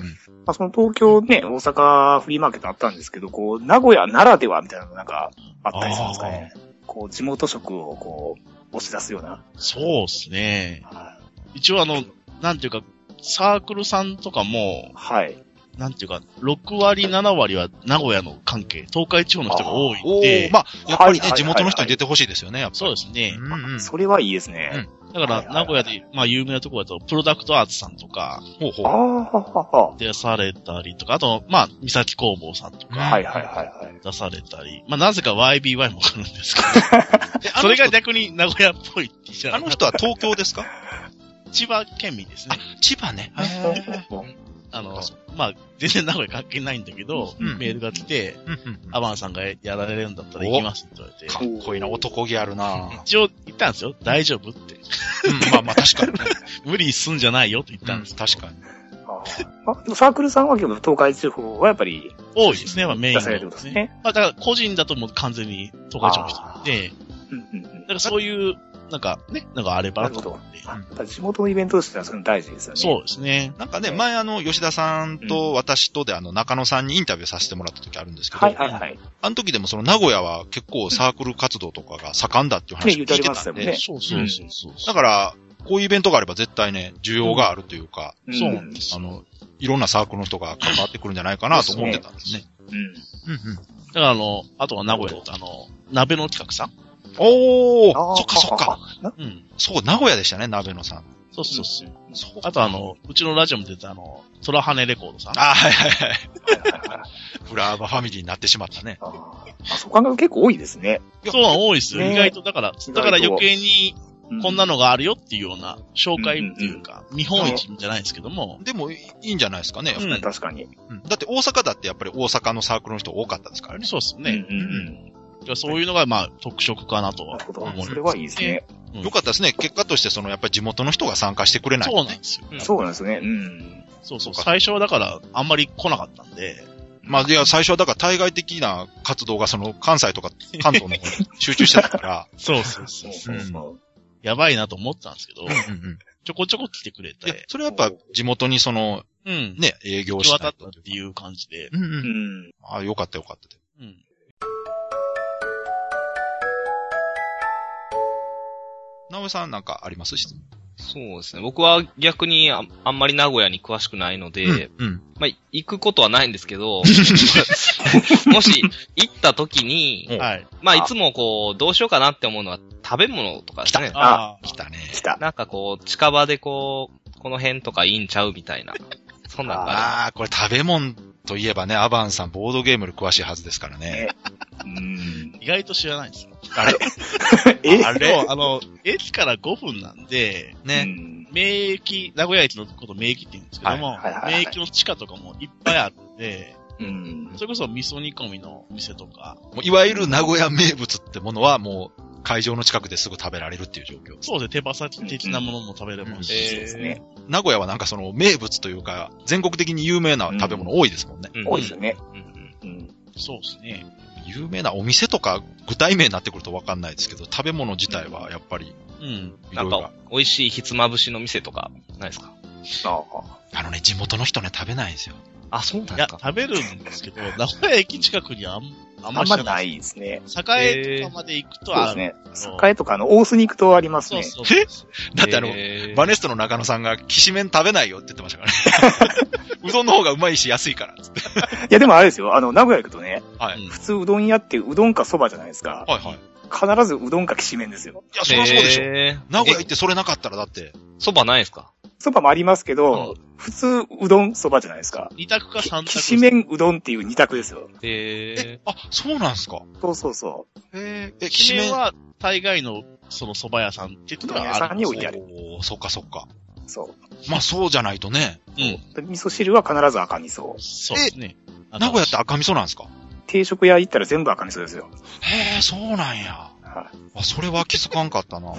Speaker 3: まあ、その東京ね、大阪フリーマーケットあったんですけど、こう、名古屋ならではみたいなのなんかあったりするんですかね。こう、地元色をこう、押し出すような。
Speaker 5: そうっすね。
Speaker 3: は
Speaker 5: 一応あの、なんていうか、サークルさんとかも、
Speaker 3: い。
Speaker 5: なんていうか、6割、7割は名古屋の関係、東海地方の人が多
Speaker 2: うん。お
Speaker 5: いん
Speaker 2: ー
Speaker 5: で、
Speaker 2: まあ、やっぱり
Speaker 3: はいはいはい
Speaker 2: ね、
Speaker 3: はい
Speaker 2: 地元の人に出てほしいですよね、やっぱり。
Speaker 5: そうですね。
Speaker 2: うんうん。
Speaker 3: それはいいですね。
Speaker 5: だから、名古屋で、まあ、有名なところだと、プロダクトアーツさんとか、
Speaker 2: ほうほ
Speaker 3: ああ、ははは。
Speaker 5: 出されたりとか、あと、まあ、三崎工房さんと
Speaker 2: う。
Speaker 5: か、
Speaker 3: はいはいはいはい。
Speaker 5: 出されたり、まあ、なぜか YBY も来るんですけ
Speaker 2: い。え
Speaker 5: ど、それが、逆に名古屋っぽいってじゃ
Speaker 2: あの人あの人は東京ですか
Speaker 5: 千葉県民ですね。
Speaker 2: 千葉ね。
Speaker 5: あの
Speaker 2: あそ、
Speaker 5: まあ、全然名古屋関係ないんだけど、
Speaker 2: うん
Speaker 5: メールが来て、
Speaker 2: うんうん
Speaker 5: アバンさんがやられるんだったら行きますって言われて、
Speaker 2: かっこいいな、男気ある な。
Speaker 5: 一応言ったんですよ。大丈夫って。
Speaker 2: うんまあまあ、確かにね。
Speaker 5: 無理すんじゃないよって言ったんです。
Speaker 2: 確かに。
Speaker 3: あーあでもサークルさんは結構東海地方はやっぱり
Speaker 5: 多いですね、まあ、メイン
Speaker 3: 出
Speaker 5: の
Speaker 3: されるってことですね。
Speaker 5: まあ、だから個人だともう完全に東海地方の人なんで、
Speaker 3: うんうんうん
Speaker 5: だからそういう、なんかね、なんかあればと思って。
Speaker 3: あやっぱ地元のイベントとしてはそういうの大事ですよね。
Speaker 5: そうですね。
Speaker 2: なんかね、
Speaker 3: ね
Speaker 2: 前あの、吉田さんと私とであの、中野さんにインタビューさせてもらった時あるんですけど、
Speaker 3: はいはいはい。
Speaker 2: あの時でもその名古屋は結構サークル活動とかが盛んだっていう話を
Speaker 3: ね
Speaker 2: 聞
Speaker 3: 言
Speaker 2: いうて
Speaker 3: てありましたた
Speaker 2: ん
Speaker 3: よ
Speaker 2: で、
Speaker 3: ね
Speaker 5: そうそうそうそう。
Speaker 2: だから、こういうイベントがあれば絶対ね、需要があるというか、
Speaker 3: うん
Speaker 5: そうなんです
Speaker 2: あの、いろんなサークルの人が関わってくるんじゃないかなと思ってたんですね。
Speaker 3: うん。
Speaker 2: うんうん。
Speaker 5: だからあの、あとは名古屋だとあの、鍋の企画さん
Speaker 2: お
Speaker 3: あ
Speaker 2: ー
Speaker 3: ー
Speaker 2: そっかそっか。。
Speaker 3: な
Speaker 5: うん。
Speaker 2: そう、名古屋でしたね、鍋野さん。
Speaker 5: そうそうそう。
Speaker 2: そう
Speaker 5: あとあ、の、うちのラジオも出たあの、空羽レコードさん。
Speaker 2: あーはいはいはい。
Speaker 3: はいはいはい
Speaker 2: フラーバファミリーになってしまったね。
Speaker 3: あーあそう考えると結構多いですね。
Speaker 5: そうは多いですよ。
Speaker 3: ね
Speaker 5: 意外と、だから、
Speaker 3: 外と
Speaker 5: だから余計に
Speaker 3: う
Speaker 5: こんなのがあるよっていうような紹介っていうか、見本市じゃないですけども、
Speaker 2: でも、いいんじゃないですかね。
Speaker 5: うん
Speaker 3: 確かに。
Speaker 2: うんだって大阪だってやっぱり大阪のサークルの人多かったですからね。
Speaker 5: そうです
Speaker 3: うんう
Speaker 5: ね。
Speaker 3: ん
Speaker 5: だからそういうのが、まあ、特色かなと
Speaker 3: な
Speaker 5: は
Speaker 3: るほ
Speaker 5: 思
Speaker 3: ど
Speaker 5: い。ます
Speaker 3: それはいいですね。
Speaker 5: うん
Speaker 2: よかったですね。結果としてそのやっぱり地元の人が参加してくれない。
Speaker 5: そうなんですよ。
Speaker 4: うん
Speaker 3: そうなんですね。うん。
Speaker 5: そうそう。
Speaker 2: そうか
Speaker 5: 最初はだから、あんまり来なかったんで、
Speaker 2: まあ、いや、最初はだから対外的な活動がその関西とか関東の方に集中してた から。
Speaker 5: そうそうそ
Speaker 3: そ
Speaker 5: うう。
Speaker 3: そうそう。
Speaker 5: やばいなと思ったんですけど、
Speaker 2: う んうん
Speaker 5: ちょこちょこ来てくれ
Speaker 2: いや
Speaker 5: て、
Speaker 2: それはやっぱ地元にその、
Speaker 5: うん。
Speaker 2: ね、営業
Speaker 5: 行
Speaker 2: し
Speaker 5: き
Speaker 2: た
Speaker 5: 渡
Speaker 2: い
Speaker 5: ったっていう感じで、
Speaker 2: うんう。
Speaker 3: うんん。
Speaker 2: ああ、よかったよかった。
Speaker 5: うん。
Speaker 2: 直江さんなんかあります質問
Speaker 4: そうですね。僕は逆にああんまり名古屋に詳しくないので、
Speaker 2: うんうん。
Speaker 4: まあ、行くことはないんですけど、 もし行った時に、
Speaker 5: はい。
Speaker 4: まあ、いつもこう、どうしようかなって思うのは食べ物とかですね。
Speaker 5: あ
Speaker 2: 来たね。
Speaker 3: 来た。
Speaker 4: なんかこう、近場でこう、この辺とかいいんちゃうみたいな。そんなんか
Speaker 2: ああ、これ食べ物といえばね、アバンさんボードゲームに詳しいはずですからね。
Speaker 3: うん。
Speaker 5: 意外と知らないんですよ。
Speaker 2: あれ
Speaker 3: え
Speaker 5: あれあの、駅から5分なんで、
Speaker 3: う
Speaker 2: ね。
Speaker 3: ん
Speaker 5: 名駅、名古屋駅のこと名駅って言うんですけども、
Speaker 3: はいはいはいはい
Speaker 5: 名駅の地下とかもいっぱいあるんで、
Speaker 3: うん。
Speaker 5: それこそ味噌煮込みのお店とか、
Speaker 2: もういわゆる名古屋名物ってものはもう会場の近くですぐ食べられるっていう状況。
Speaker 5: そうですね、手羽先的なものも食べれますし、
Speaker 3: そうですね。
Speaker 2: 名古屋はなんかその名物というか、全国的に有名な食べ物多いですもんね。
Speaker 4: な。
Speaker 3: 多いですよね。
Speaker 4: うんうん
Speaker 3: うん。
Speaker 5: そうですね。
Speaker 2: 有名なお店とか具体名になってくるとわかんないですけど、食べ物自体はやっぱり
Speaker 5: うん。
Speaker 2: い
Speaker 4: な
Speaker 2: ろい
Speaker 4: ん
Speaker 2: ろ
Speaker 4: か。、美味しいひつまぶしの店とか、ないですか
Speaker 3: あ
Speaker 2: あのね、地元の人ね食べないんですよ。
Speaker 4: あ、そうなん
Speaker 5: い
Speaker 4: で
Speaker 5: や、
Speaker 4: すか
Speaker 5: 食べるんですけど、名古屋駅近くにあんあん
Speaker 3: あ。あ
Speaker 5: ま
Speaker 3: ん
Speaker 5: 知
Speaker 3: ま
Speaker 5: らない。
Speaker 3: ないですね。
Speaker 5: 栄とかまで行くと
Speaker 3: そうで
Speaker 5: あ
Speaker 3: す
Speaker 5: る。
Speaker 3: ね。
Speaker 5: 栄
Speaker 3: 栄とか、あの、大須に行くとあります
Speaker 5: そう
Speaker 3: ね。
Speaker 5: そうそうそう。
Speaker 2: だってあの、
Speaker 4: えー
Speaker 2: バネストの中野さんが、きしめん食べないよって言ってましたからね。うどんの方がうまいし安いからっつって。
Speaker 3: いや、でもあれですよ。あの、名古屋行くとね、
Speaker 2: はい。
Speaker 5: うん
Speaker 3: 普通うどん屋ってうどんかそばじゃないですか。
Speaker 2: はいはい。い
Speaker 3: 必ずうどんかきしめんですよ。
Speaker 2: や、そりゃそうでしょ。
Speaker 4: えー
Speaker 2: 名古屋行ってそれなかったらだって、
Speaker 4: えそばないですか
Speaker 3: そばもありますけど、普通うどんそばじゃないですか。
Speaker 5: 二択か三択。
Speaker 3: きしめんうどんっていう二択ですよ。
Speaker 4: え
Speaker 2: え、あ、そうなんすか。
Speaker 3: そうそうそ
Speaker 2: えー、え、
Speaker 5: き
Speaker 2: きし
Speaker 5: し
Speaker 2: め
Speaker 5: め
Speaker 2: ん
Speaker 5: んは大概のその蕎麦屋さんっていうのがあるんです
Speaker 3: 置いてある
Speaker 2: おーそっかそっか。
Speaker 3: う。そ
Speaker 2: まあそうじゃないとね。
Speaker 3: う。で味噌汁は必ず赤味噌。
Speaker 5: そうですね。あ
Speaker 2: 名古屋って赤味噌なんですか
Speaker 3: 定食屋行ったら全部赤味噌ですよ。
Speaker 2: へえ、そうなんや。
Speaker 3: は
Speaker 2: あ、それは気づかんかったな。 い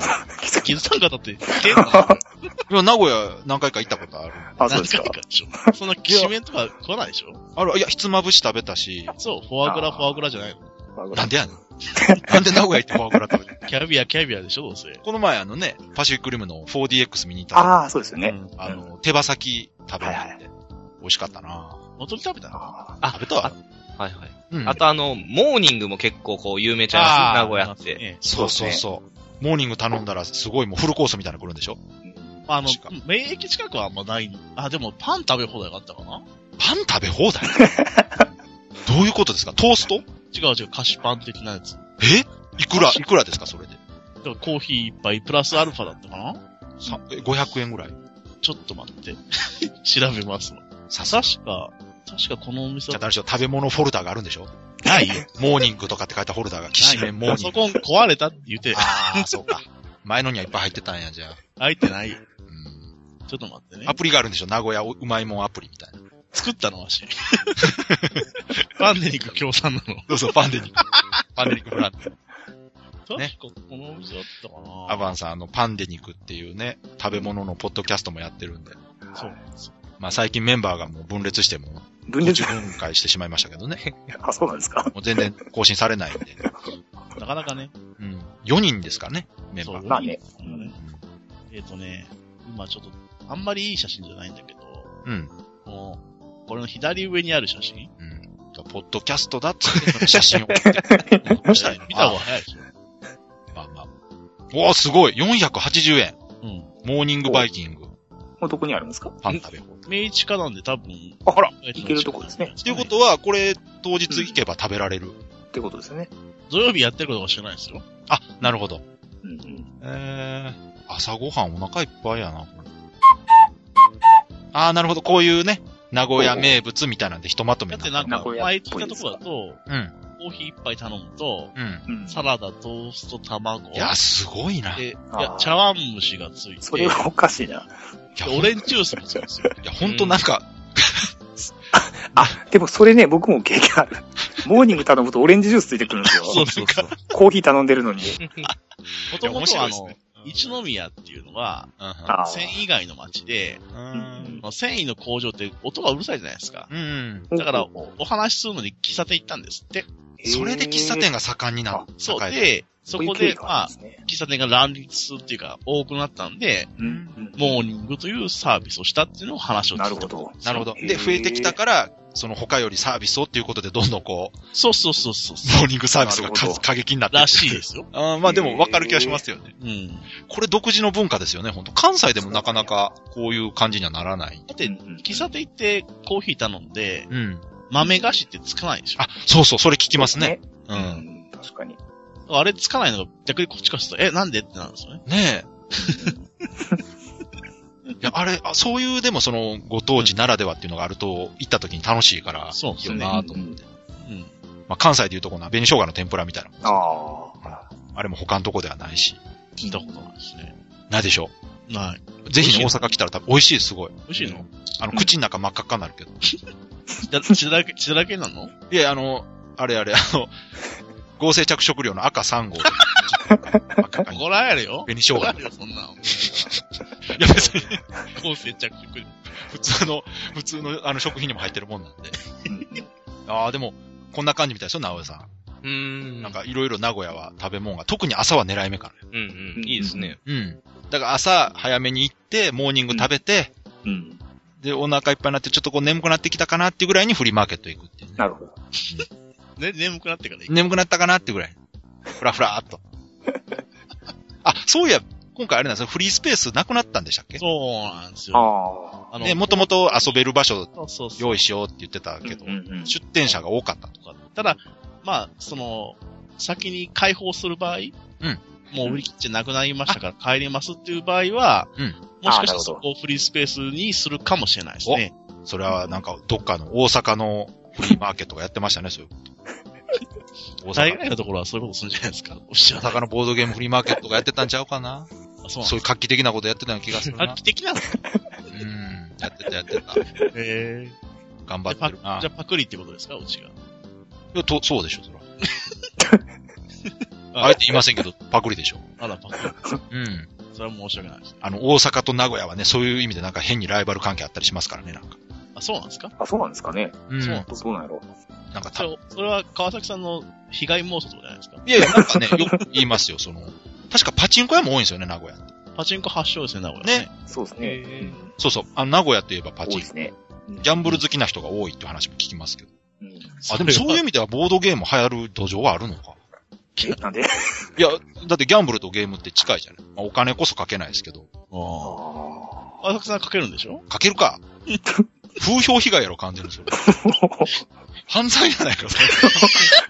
Speaker 5: 気づかんかったって、出るの
Speaker 2: や、名古屋何回か行ったことある。
Speaker 3: あ、そう
Speaker 5: 何
Speaker 3: です
Speaker 5: 回
Speaker 3: か。
Speaker 5: かでしょ。そんなきしめんとか来ないでしょ
Speaker 2: ある、いや、ひつまぶし食べたし。
Speaker 5: そう、フォアグラ、フォアグラじゃないの。
Speaker 2: なんでやねん。なんで名古屋行ってフォアグラ食べてんの
Speaker 5: キャビア、キャビアでしょ、どうせ。
Speaker 2: この前あのね、パシフィックリムの 4DX 見に行った
Speaker 3: ああ、そうですよね。
Speaker 2: あの、手羽先食べに行って。美味しかったな
Speaker 5: 本当に食べたの
Speaker 3: あ
Speaker 4: あ
Speaker 2: 食べたわ
Speaker 4: はいはい。
Speaker 2: うん
Speaker 4: あとあの、モーニングも結構こう有名ちゃいます名古屋って。
Speaker 5: て。
Speaker 2: そうそうそう。モーニング頼んだらすごいもうフルコースみたいなの来るんでしょ
Speaker 5: まあ、あの
Speaker 2: 確か、
Speaker 5: 免疫近くはあんまない。あ、でもパン食べ放題があったかな
Speaker 2: パン食べ放題 どういうことですかトースト
Speaker 5: 違う違う、菓子パン的なやつ。
Speaker 2: えいくら、いくらですかそれで。
Speaker 5: でもコーヒー一杯プラスアルファだったかな
Speaker 2: さえ500円ぐらい。
Speaker 5: ちょっと待って。 調べますわ。
Speaker 2: ささ
Speaker 5: 確か、確かこのお店
Speaker 2: じ
Speaker 5: は
Speaker 2: ゃあ誰でしょ食べ物フォルダがあるんでしょ
Speaker 5: ないよ。
Speaker 2: モーニングとかって書いたフォルダが、きしめんモ
Speaker 5: パ
Speaker 2: ーニ
Speaker 5: ソ
Speaker 2: ング。
Speaker 5: コン壊れたって言うて、
Speaker 2: ああ、そうか。前のにはいっぱい入ってたんや、じゃあ。
Speaker 5: 開いてないよ。
Speaker 2: うん
Speaker 5: ちょっと待ってね
Speaker 2: ア。プリがあるんでしょ名古屋おうまいもんアプリみたいな。
Speaker 5: 作ったのわし。パンデニック協賛なの。
Speaker 2: そうそう、パンデニック。 パンデニックブランド。
Speaker 5: 確
Speaker 2: ね
Speaker 5: かこのお店だったかな
Speaker 2: アバンさん、あの、パンデニックっていうね、食べ物のポッドキャストもやってるんで。
Speaker 3: あ。
Speaker 5: そう。
Speaker 2: まあ最近メンバーがもう分裂 しても、
Speaker 3: 分裂
Speaker 2: 50分解してしまいましたけどね。
Speaker 3: あ、そうなんですか。
Speaker 2: もう全然更新されないんで。
Speaker 5: なかなかね。
Speaker 2: うん。4人ですかね、メンバー。
Speaker 5: そう
Speaker 3: まあね。
Speaker 5: えっ、とね、今ちょっと、あんまりいい写真じゃないんだけど、
Speaker 2: うん。
Speaker 5: もう、これの左上にある写真
Speaker 2: うん。ポッドキャストだっつって 写真を送って。どうしたらいいの
Speaker 5: 見た方が早いでしょ。
Speaker 2: まあまあ。おーすごい !480 円
Speaker 5: うん。
Speaker 2: モーニングバイキング
Speaker 3: もうどこにあるんですか
Speaker 2: パン食べ放題。
Speaker 5: 明治家なんで多分、
Speaker 3: あ、ほら。
Speaker 5: えっ
Speaker 3: 行けるとこですね。
Speaker 2: っていうことは、これ、当日行けば食べられる。
Speaker 3: ってことですよね。
Speaker 5: 土曜日やってることが知らないですよ。
Speaker 2: あ、なるほど。
Speaker 3: うんうん。
Speaker 2: えー、朝ごはんお腹いっぱいやな、これ。あー、なるほど。こういうね、名古屋名物みたいなんでひとまとめ
Speaker 5: だっ
Speaker 2: に
Speaker 5: てな
Speaker 2: なっ
Speaker 5: ん
Speaker 2: て
Speaker 5: か、
Speaker 2: る
Speaker 3: 名古屋
Speaker 5: 前
Speaker 3: っ
Speaker 5: 聞
Speaker 3: ぽ
Speaker 5: い
Speaker 3: い
Speaker 5: た
Speaker 3: で
Speaker 5: と
Speaker 3: す
Speaker 5: こだと、
Speaker 2: うん。
Speaker 5: コーヒー一杯頼むと、
Speaker 2: うん。
Speaker 3: うん。
Speaker 5: サラダ、トースト、卵。
Speaker 2: いや、すごいな。い
Speaker 5: で、いや
Speaker 3: あー、
Speaker 5: 茶碗蒸しがつい
Speaker 3: そ
Speaker 5: て、
Speaker 3: れ
Speaker 5: で
Speaker 3: はおかしいな。
Speaker 2: や、
Speaker 5: オ
Speaker 2: 俺、
Speaker 5: レ
Speaker 2: い
Speaker 5: ンジジュースもついてるん ですよ。
Speaker 2: や、ほんとなんか、
Speaker 3: あ、でもそれね、僕も経験ある。モーニング頼むとオレンジジュースついてくるんですよ。
Speaker 5: そうそうそう。
Speaker 3: コーヒー頼んでるのに。
Speaker 5: も
Speaker 2: い
Speaker 5: と
Speaker 2: や
Speaker 5: もと
Speaker 2: 面白
Speaker 5: あ
Speaker 2: いです
Speaker 5: の
Speaker 2: ね、
Speaker 5: 一宮っていうのは、
Speaker 2: うん
Speaker 3: ああ。
Speaker 5: 繊維街の街で、
Speaker 2: うん。
Speaker 5: まあ繊維の工場って音がうるさいじゃないですか。
Speaker 2: うん。うん。
Speaker 5: だから、おお話しするのに喫茶店行ったんですって。
Speaker 2: それで喫茶店
Speaker 3: が、
Speaker 2: が盛んになった。
Speaker 5: そう。
Speaker 2: 栄えた、
Speaker 5: で、そこで、まあ、
Speaker 3: ね、
Speaker 5: 喫茶店が乱立するっていうか、多くなったんで、
Speaker 3: うんうん
Speaker 5: モーニングというサービスをしたっていうのを話を聞いた
Speaker 3: なるほど。
Speaker 2: なるほど。
Speaker 3: へー
Speaker 2: で、増えてきたから、その他よりサービスをっていうことで、どんどんこう、
Speaker 5: そうそうそうそう。
Speaker 2: モーニングサービスが
Speaker 3: なるほど
Speaker 2: 過激になって
Speaker 5: らしい
Speaker 2: る。
Speaker 5: ですよ。
Speaker 2: あーまあでも分かる気がしますよね。
Speaker 5: うん。
Speaker 2: これ独自の文化ですよね、本当関西でもなかなかこういう感じにはならない。
Speaker 5: だって
Speaker 3: うんうん、
Speaker 5: 喫茶店行ってコーヒー頼んで、
Speaker 2: うん。
Speaker 5: 豆菓子ってつかないでしょ。
Speaker 2: あ、そうそう、それ聞きますね。う。
Speaker 3: うんん。確かに。
Speaker 5: あれつかないのが逆にこっちからすると、え、なんでってなるんですよね。
Speaker 2: ねえ。いや、あれ、あそういう、でもその、ご当地ならではっていうのがあると、行った時に楽しいから、
Speaker 5: そうで
Speaker 2: いい
Speaker 5: す
Speaker 2: よ
Speaker 5: ね
Speaker 2: なと思って。
Speaker 5: うん。
Speaker 2: まあ、関西でいうとこの、紅生姜の天ぷらみたいなもん。
Speaker 3: ああ。
Speaker 2: あれも他のとこではないし。
Speaker 5: 聞いたことないですね。
Speaker 2: ないでしょ
Speaker 5: ない。
Speaker 2: ぜひね大阪来たら多分美味しいです、すごい。
Speaker 5: 美味しいの
Speaker 2: あの、
Speaker 3: うん
Speaker 2: 口の中真っ赤っかになるけど。
Speaker 5: 血だ血だらけ、血だらけなの
Speaker 2: いや、あの、あれあれ、あの、合成着色料の赤3号。赤赤い
Speaker 5: 怒られるよ。
Speaker 2: 紅生姜
Speaker 5: 怒 られるよ、そんなの。
Speaker 2: いや、別に、
Speaker 5: 高接着色。
Speaker 2: 普通の、普通の、あの、食品にも入ってるもんなんで。
Speaker 3: うん
Speaker 2: ああ、でも、こんな感じみたいですよ、直江さ
Speaker 4: うーん。
Speaker 2: ん。
Speaker 4: な
Speaker 2: なんん
Speaker 4: か、
Speaker 2: か、いろいろ名古屋は食べ物が、特に朝は狙い目か
Speaker 4: うんうん。いいですね。
Speaker 2: な。うん。だから朝、早めに行って、モーニング食べて、
Speaker 3: うん。
Speaker 2: で、お腹いっぱいになって、ちょっとこう眠くなってきたかなっていうぐらいにフリーマーケット行くっていうね。
Speaker 3: なるほど。
Speaker 5: ね、眠くなってから行く。
Speaker 2: 眠くなったかなってぐらい。ふらふら ーっと。あ、そういや、今回あれなんですよ。フリースペースなくなったんでしたっけ
Speaker 5: そうなんですよ。
Speaker 3: ああ。
Speaker 5: あ
Speaker 2: ね、もともと遊べる場所
Speaker 5: そうそうそう。
Speaker 2: 用意しようって言ってたけど、
Speaker 3: うんうん
Speaker 2: 出店者が多かったと。
Speaker 5: とか。ただ、まあ、その、先に開放する場合、もう売り切ってなくなりましたから帰りますっていう場合は、
Speaker 2: うん
Speaker 5: もしかしたら
Speaker 3: あなるほど
Speaker 5: そこをフリースペースにするかもしれないですね。
Speaker 2: それはなんか、どっかの大阪のフリーマーケットがやってまし たね、そういうこと。大
Speaker 5: 大
Speaker 2: 阪
Speaker 5: 概のところはそういうことするんじゃないですか。おっしゃ
Speaker 2: 大
Speaker 5: る通
Speaker 2: 阪のボードゲームフリーマーケットがやってたんちゃうかな
Speaker 5: り。そうなん
Speaker 2: そう
Speaker 5: で
Speaker 2: いう画期的なことやってたような気がす
Speaker 5: す
Speaker 2: る
Speaker 5: 画
Speaker 2: な
Speaker 5: 期。的なの
Speaker 2: うん。やってた、やってた。
Speaker 5: へ
Speaker 2: 頑
Speaker 5: ー
Speaker 2: 張 っ
Speaker 5: じゃ
Speaker 2: て
Speaker 5: あ
Speaker 2: る
Speaker 5: パ
Speaker 2: な。
Speaker 5: じゃあパクリってことですかうちが。
Speaker 2: いやとそうでしょ、 それは。あえて言いませんけど、パクリでしょ。
Speaker 5: あら、パクリ。
Speaker 2: うん。
Speaker 5: それは申し訳ないです。
Speaker 2: あの、大阪と名古屋はね、そういう意味でなんか変にライバル関係あったりしますからね、なんか。
Speaker 5: あ、そうなんですか
Speaker 3: あ、そうなんですかね。
Speaker 2: うん
Speaker 5: そう
Speaker 3: そうなんやろ。
Speaker 2: なんかた、い
Speaker 5: そうそれは川崎さんの被害妄想とかじゃないですか。
Speaker 2: やいや、なんかね、よく言いますよ、その、確かパチンコ屋も多いんですよね、名古屋って。
Speaker 5: パチンコ発祥ですね、名古屋。
Speaker 2: ね。
Speaker 3: そうですね。
Speaker 4: へ
Speaker 2: そうそう、あの名古屋といえばパ
Speaker 3: 多
Speaker 2: チ
Speaker 3: い
Speaker 2: ン
Speaker 3: で
Speaker 2: コ。
Speaker 3: すね。
Speaker 2: ギャンブル好きな人が多いって話も聞きますけど。
Speaker 3: うん
Speaker 2: あ、でもそういう意味ではボードゲーム流行る土壌はあるのか。
Speaker 3: えなんで
Speaker 2: いや、だってギャンブルとゲームって近いじゃない。まあお金こそかけないですけど。
Speaker 5: ああ。
Speaker 3: あ
Speaker 5: 川崎さんかけるんでしょ
Speaker 2: かけるか。風評被害やろ、完全にそれ。
Speaker 3: ー
Speaker 2: 犯罪じゃないか、それ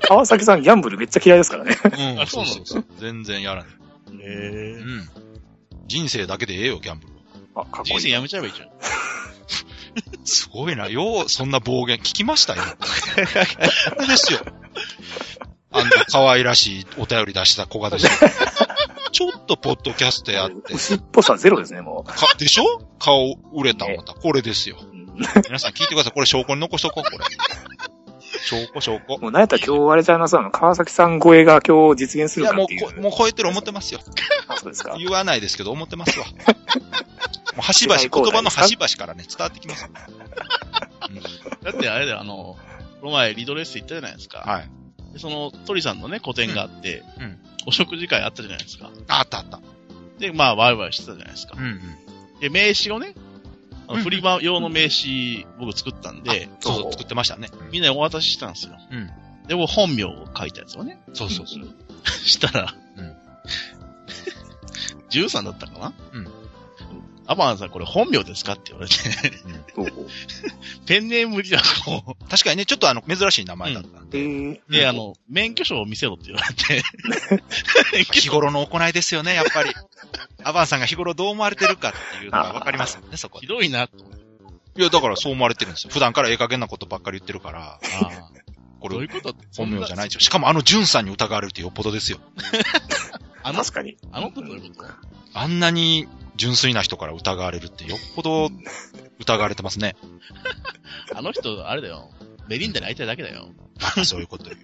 Speaker 3: 川崎さんギャンブルめっちゃ嫌いですからね。
Speaker 2: うん、
Speaker 5: あそうなんです
Speaker 2: そうそう全然やらない。
Speaker 5: へ
Speaker 2: う
Speaker 5: え。
Speaker 2: ん。人生だけでええよ、ギャンブルは。
Speaker 3: あ、かっ
Speaker 5: 人
Speaker 3: こい
Speaker 5: 生
Speaker 3: い。
Speaker 5: やめちゃえばいいじゃん。
Speaker 2: すごいな。よう、そんな暴言聞きましたよ。これですよ。あんな可愛らしいお便り出した子がですね。ちょっとポッドキャストやって、
Speaker 3: 牛っぽさゼロですね、も
Speaker 2: かでしょ顔売れたまた。これですよ。
Speaker 3: う。うん
Speaker 2: 皆さん聞いてください。これ証拠に残しとこう、これ。証拠、証拠。
Speaker 3: もうなんやったら今日あれちゃいますあの、川崎さん超えが今日実現す
Speaker 2: い
Speaker 3: る
Speaker 2: や、
Speaker 3: か
Speaker 2: も
Speaker 3: っていう。
Speaker 2: うこ、もう超えてる思ってますよ。
Speaker 3: あ、そうですか。
Speaker 2: 言わないですけど、思ってますわ。もう端 々、言葉の端々からね、伝わってきますよ。
Speaker 5: だってあれだよ、あの、この前リドレッス行ったじゃないですか。
Speaker 2: はい。
Speaker 5: でその鳥さんのね、個展があって、
Speaker 2: うんうん
Speaker 5: お食事会あったじゃないですか。
Speaker 2: ああったあった。
Speaker 5: で、まあ、ワイワイしてたじゃないですか
Speaker 2: う。んうん。
Speaker 5: で、名刺をね、あ
Speaker 2: うん
Speaker 5: のフリマ用の名刺、僕作ったんで、
Speaker 2: そうそう、作ってましたね。
Speaker 5: みんなにお渡ししたんですよ。
Speaker 2: うん
Speaker 5: で、も本名を書いたやつをね、
Speaker 2: そうそうそう。
Speaker 5: したら、
Speaker 2: うん
Speaker 5: 13だったかな
Speaker 2: うん。
Speaker 5: アバンさんこれ本名ですかって言われて、
Speaker 3: そう
Speaker 5: ペンネームリラコ
Speaker 2: 確かにね、ちょっとあの、珍しい名前だったん
Speaker 3: え
Speaker 2: で。
Speaker 3: ー、
Speaker 5: で、
Speaker 2: うん
Speaker 5: あ、の、免許証を見せろって言われ て、
Speaker 2: 日頃の行いですよね、やっ ぱり。アバンさんが日頃どう思われてるかっていうのがわかりますよね、そこ
Speaker 5: ひ
Speaker 2: で。
Speaker 5: どいなと思って。
Speaker 2: いや、だからそう思われてるんですよ。普段からええ加減なことばっかり言ってるか
Speaker 5: あ
Speaker 2: ら、
Speaker 5: あ、
Speaker 2: こ
Speaker 5: どうい
Speaker 2: れ
Speaker 5: うことって。
Speaker 2: 本名じゃない
Speaker 5: い。
Speaker 2: でしょ。しかもあの、ジュンさんに疑われるってよっぽどですよ。
Speaker 5: あの
Speaker 3: 確、かに。
Speaker 5: あの子どういうこと
Speaker 2: あんなに純粋な人から疑われるってよっぽど疑われてますね。
Speaker 5: あの人、あれだよ。ベリンダに会いたいだけだよ。
Speaker 2: またそういうこと言 う。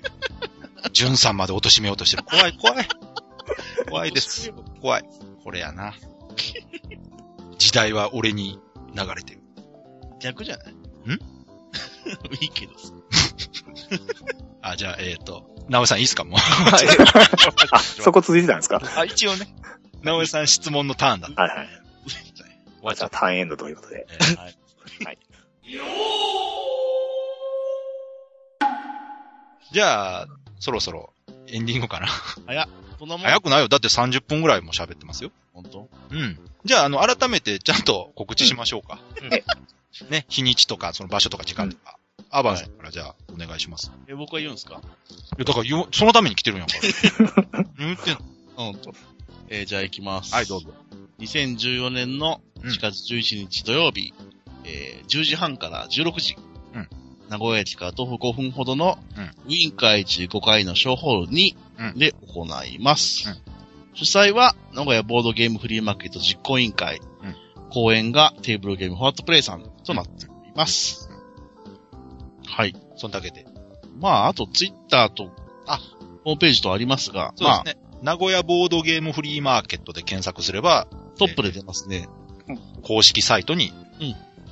Speaker 2: ジュンさんまで貶めようとしてる。怖い、怖い。怖いです。怖い。これやな。時代は俺に流れてる。
Speaker 5: 逆じゃないん いいけどさ。
Speaker 2: あ、じゃあ、えっ、と、直江さんいいっすか もう。
Speaker 3: あ、そこ続いてたんですか
Speaker 2: あ、一応 ね。直江さん質問のターンだった。
Speaker 3: はいはい。
Speaker 2: 終わっち
Speaker 3: じ
Speaker 2: ゃ
Speaker 3: ゃ
Speaker 2: っ
Speaker 3: あ、ターンエンドということで。
Speaker 2: たね。はい
Speaker 3: はい。
Speaker 2: じゃあ、そろそろエンディングかな。
Speaker 5: そんなもん。
Speaker 2: 早くないよ。だって30分ぐらいも喋ってますよ。
Speaker 5: 本当
Speaker 2: うん。じゃあ、あの、改めてちゃんと告知しましょうか。ね、日にちとか、その場所とか時間とか。アバンさんからじゃあ、お願いします。い
Speaker 5: え、僕は言うんですか
Speaker 2: や、だから言う、そのために来てるんや から。言ってんの。
Speaker 5: うんと。えーじゃあ行きます。
Speaker 2: はい、どうぞ。
Speaker 5: 2014年の
Speaker 2: うん
Speaker 5: 4月11日土曜日、えー10時半から16時、
Speaker 2: うん
Speaker 5: 名古屋駅から徒歩5分ほどの、
Speaker 2: う
Speaker 5: ウィンカー1 5階の小ホールに
Speaker 2: うん
Speaker 5: で行います、
Speaker 2: うん
Speaker 5: 主催は名古屋ボードゲームフリーマーケット実行委員会、
Speaker 2: うん
Speaker 5: 講演がテーブルゲームフォワットプレイさんとなっております、はい。
Speaker 2: そんだけで。
Speaker 5: まあ、あとツイッターと、
Speaker 2: あ
Speaker 5: ホームページとありますが、
Speaker 2: そうで
Speaker 5: ます
Speaker 2: ね。名古屋ボードゲームフリーマーケットで検索すれば、
Speaker 5: あ、トップで出ますね。
Speaker 2: 公式サイトに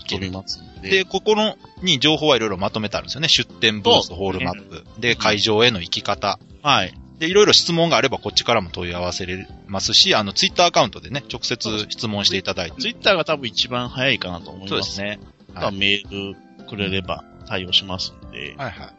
Speaker 5: 飛びますんで。
Speaker 2: で、ここの、に情報はいろいろまとめてあるんですよね。出店ブース、ホールマップ。で、会場への行き方。
Speaker 5: はい。
Speaker 2: で、いろいろ質問があれば、こっちからも問い合わせれますし、あの、ツイッターアカウントでね、直接質問していただいて。
Speaker 5: ツイッターが多分一番早いかなと思います。
Speaker 2: そうですね。
Speaker 5: あとはメールくれれば対応しますんで。
Speaker 2: はいはい。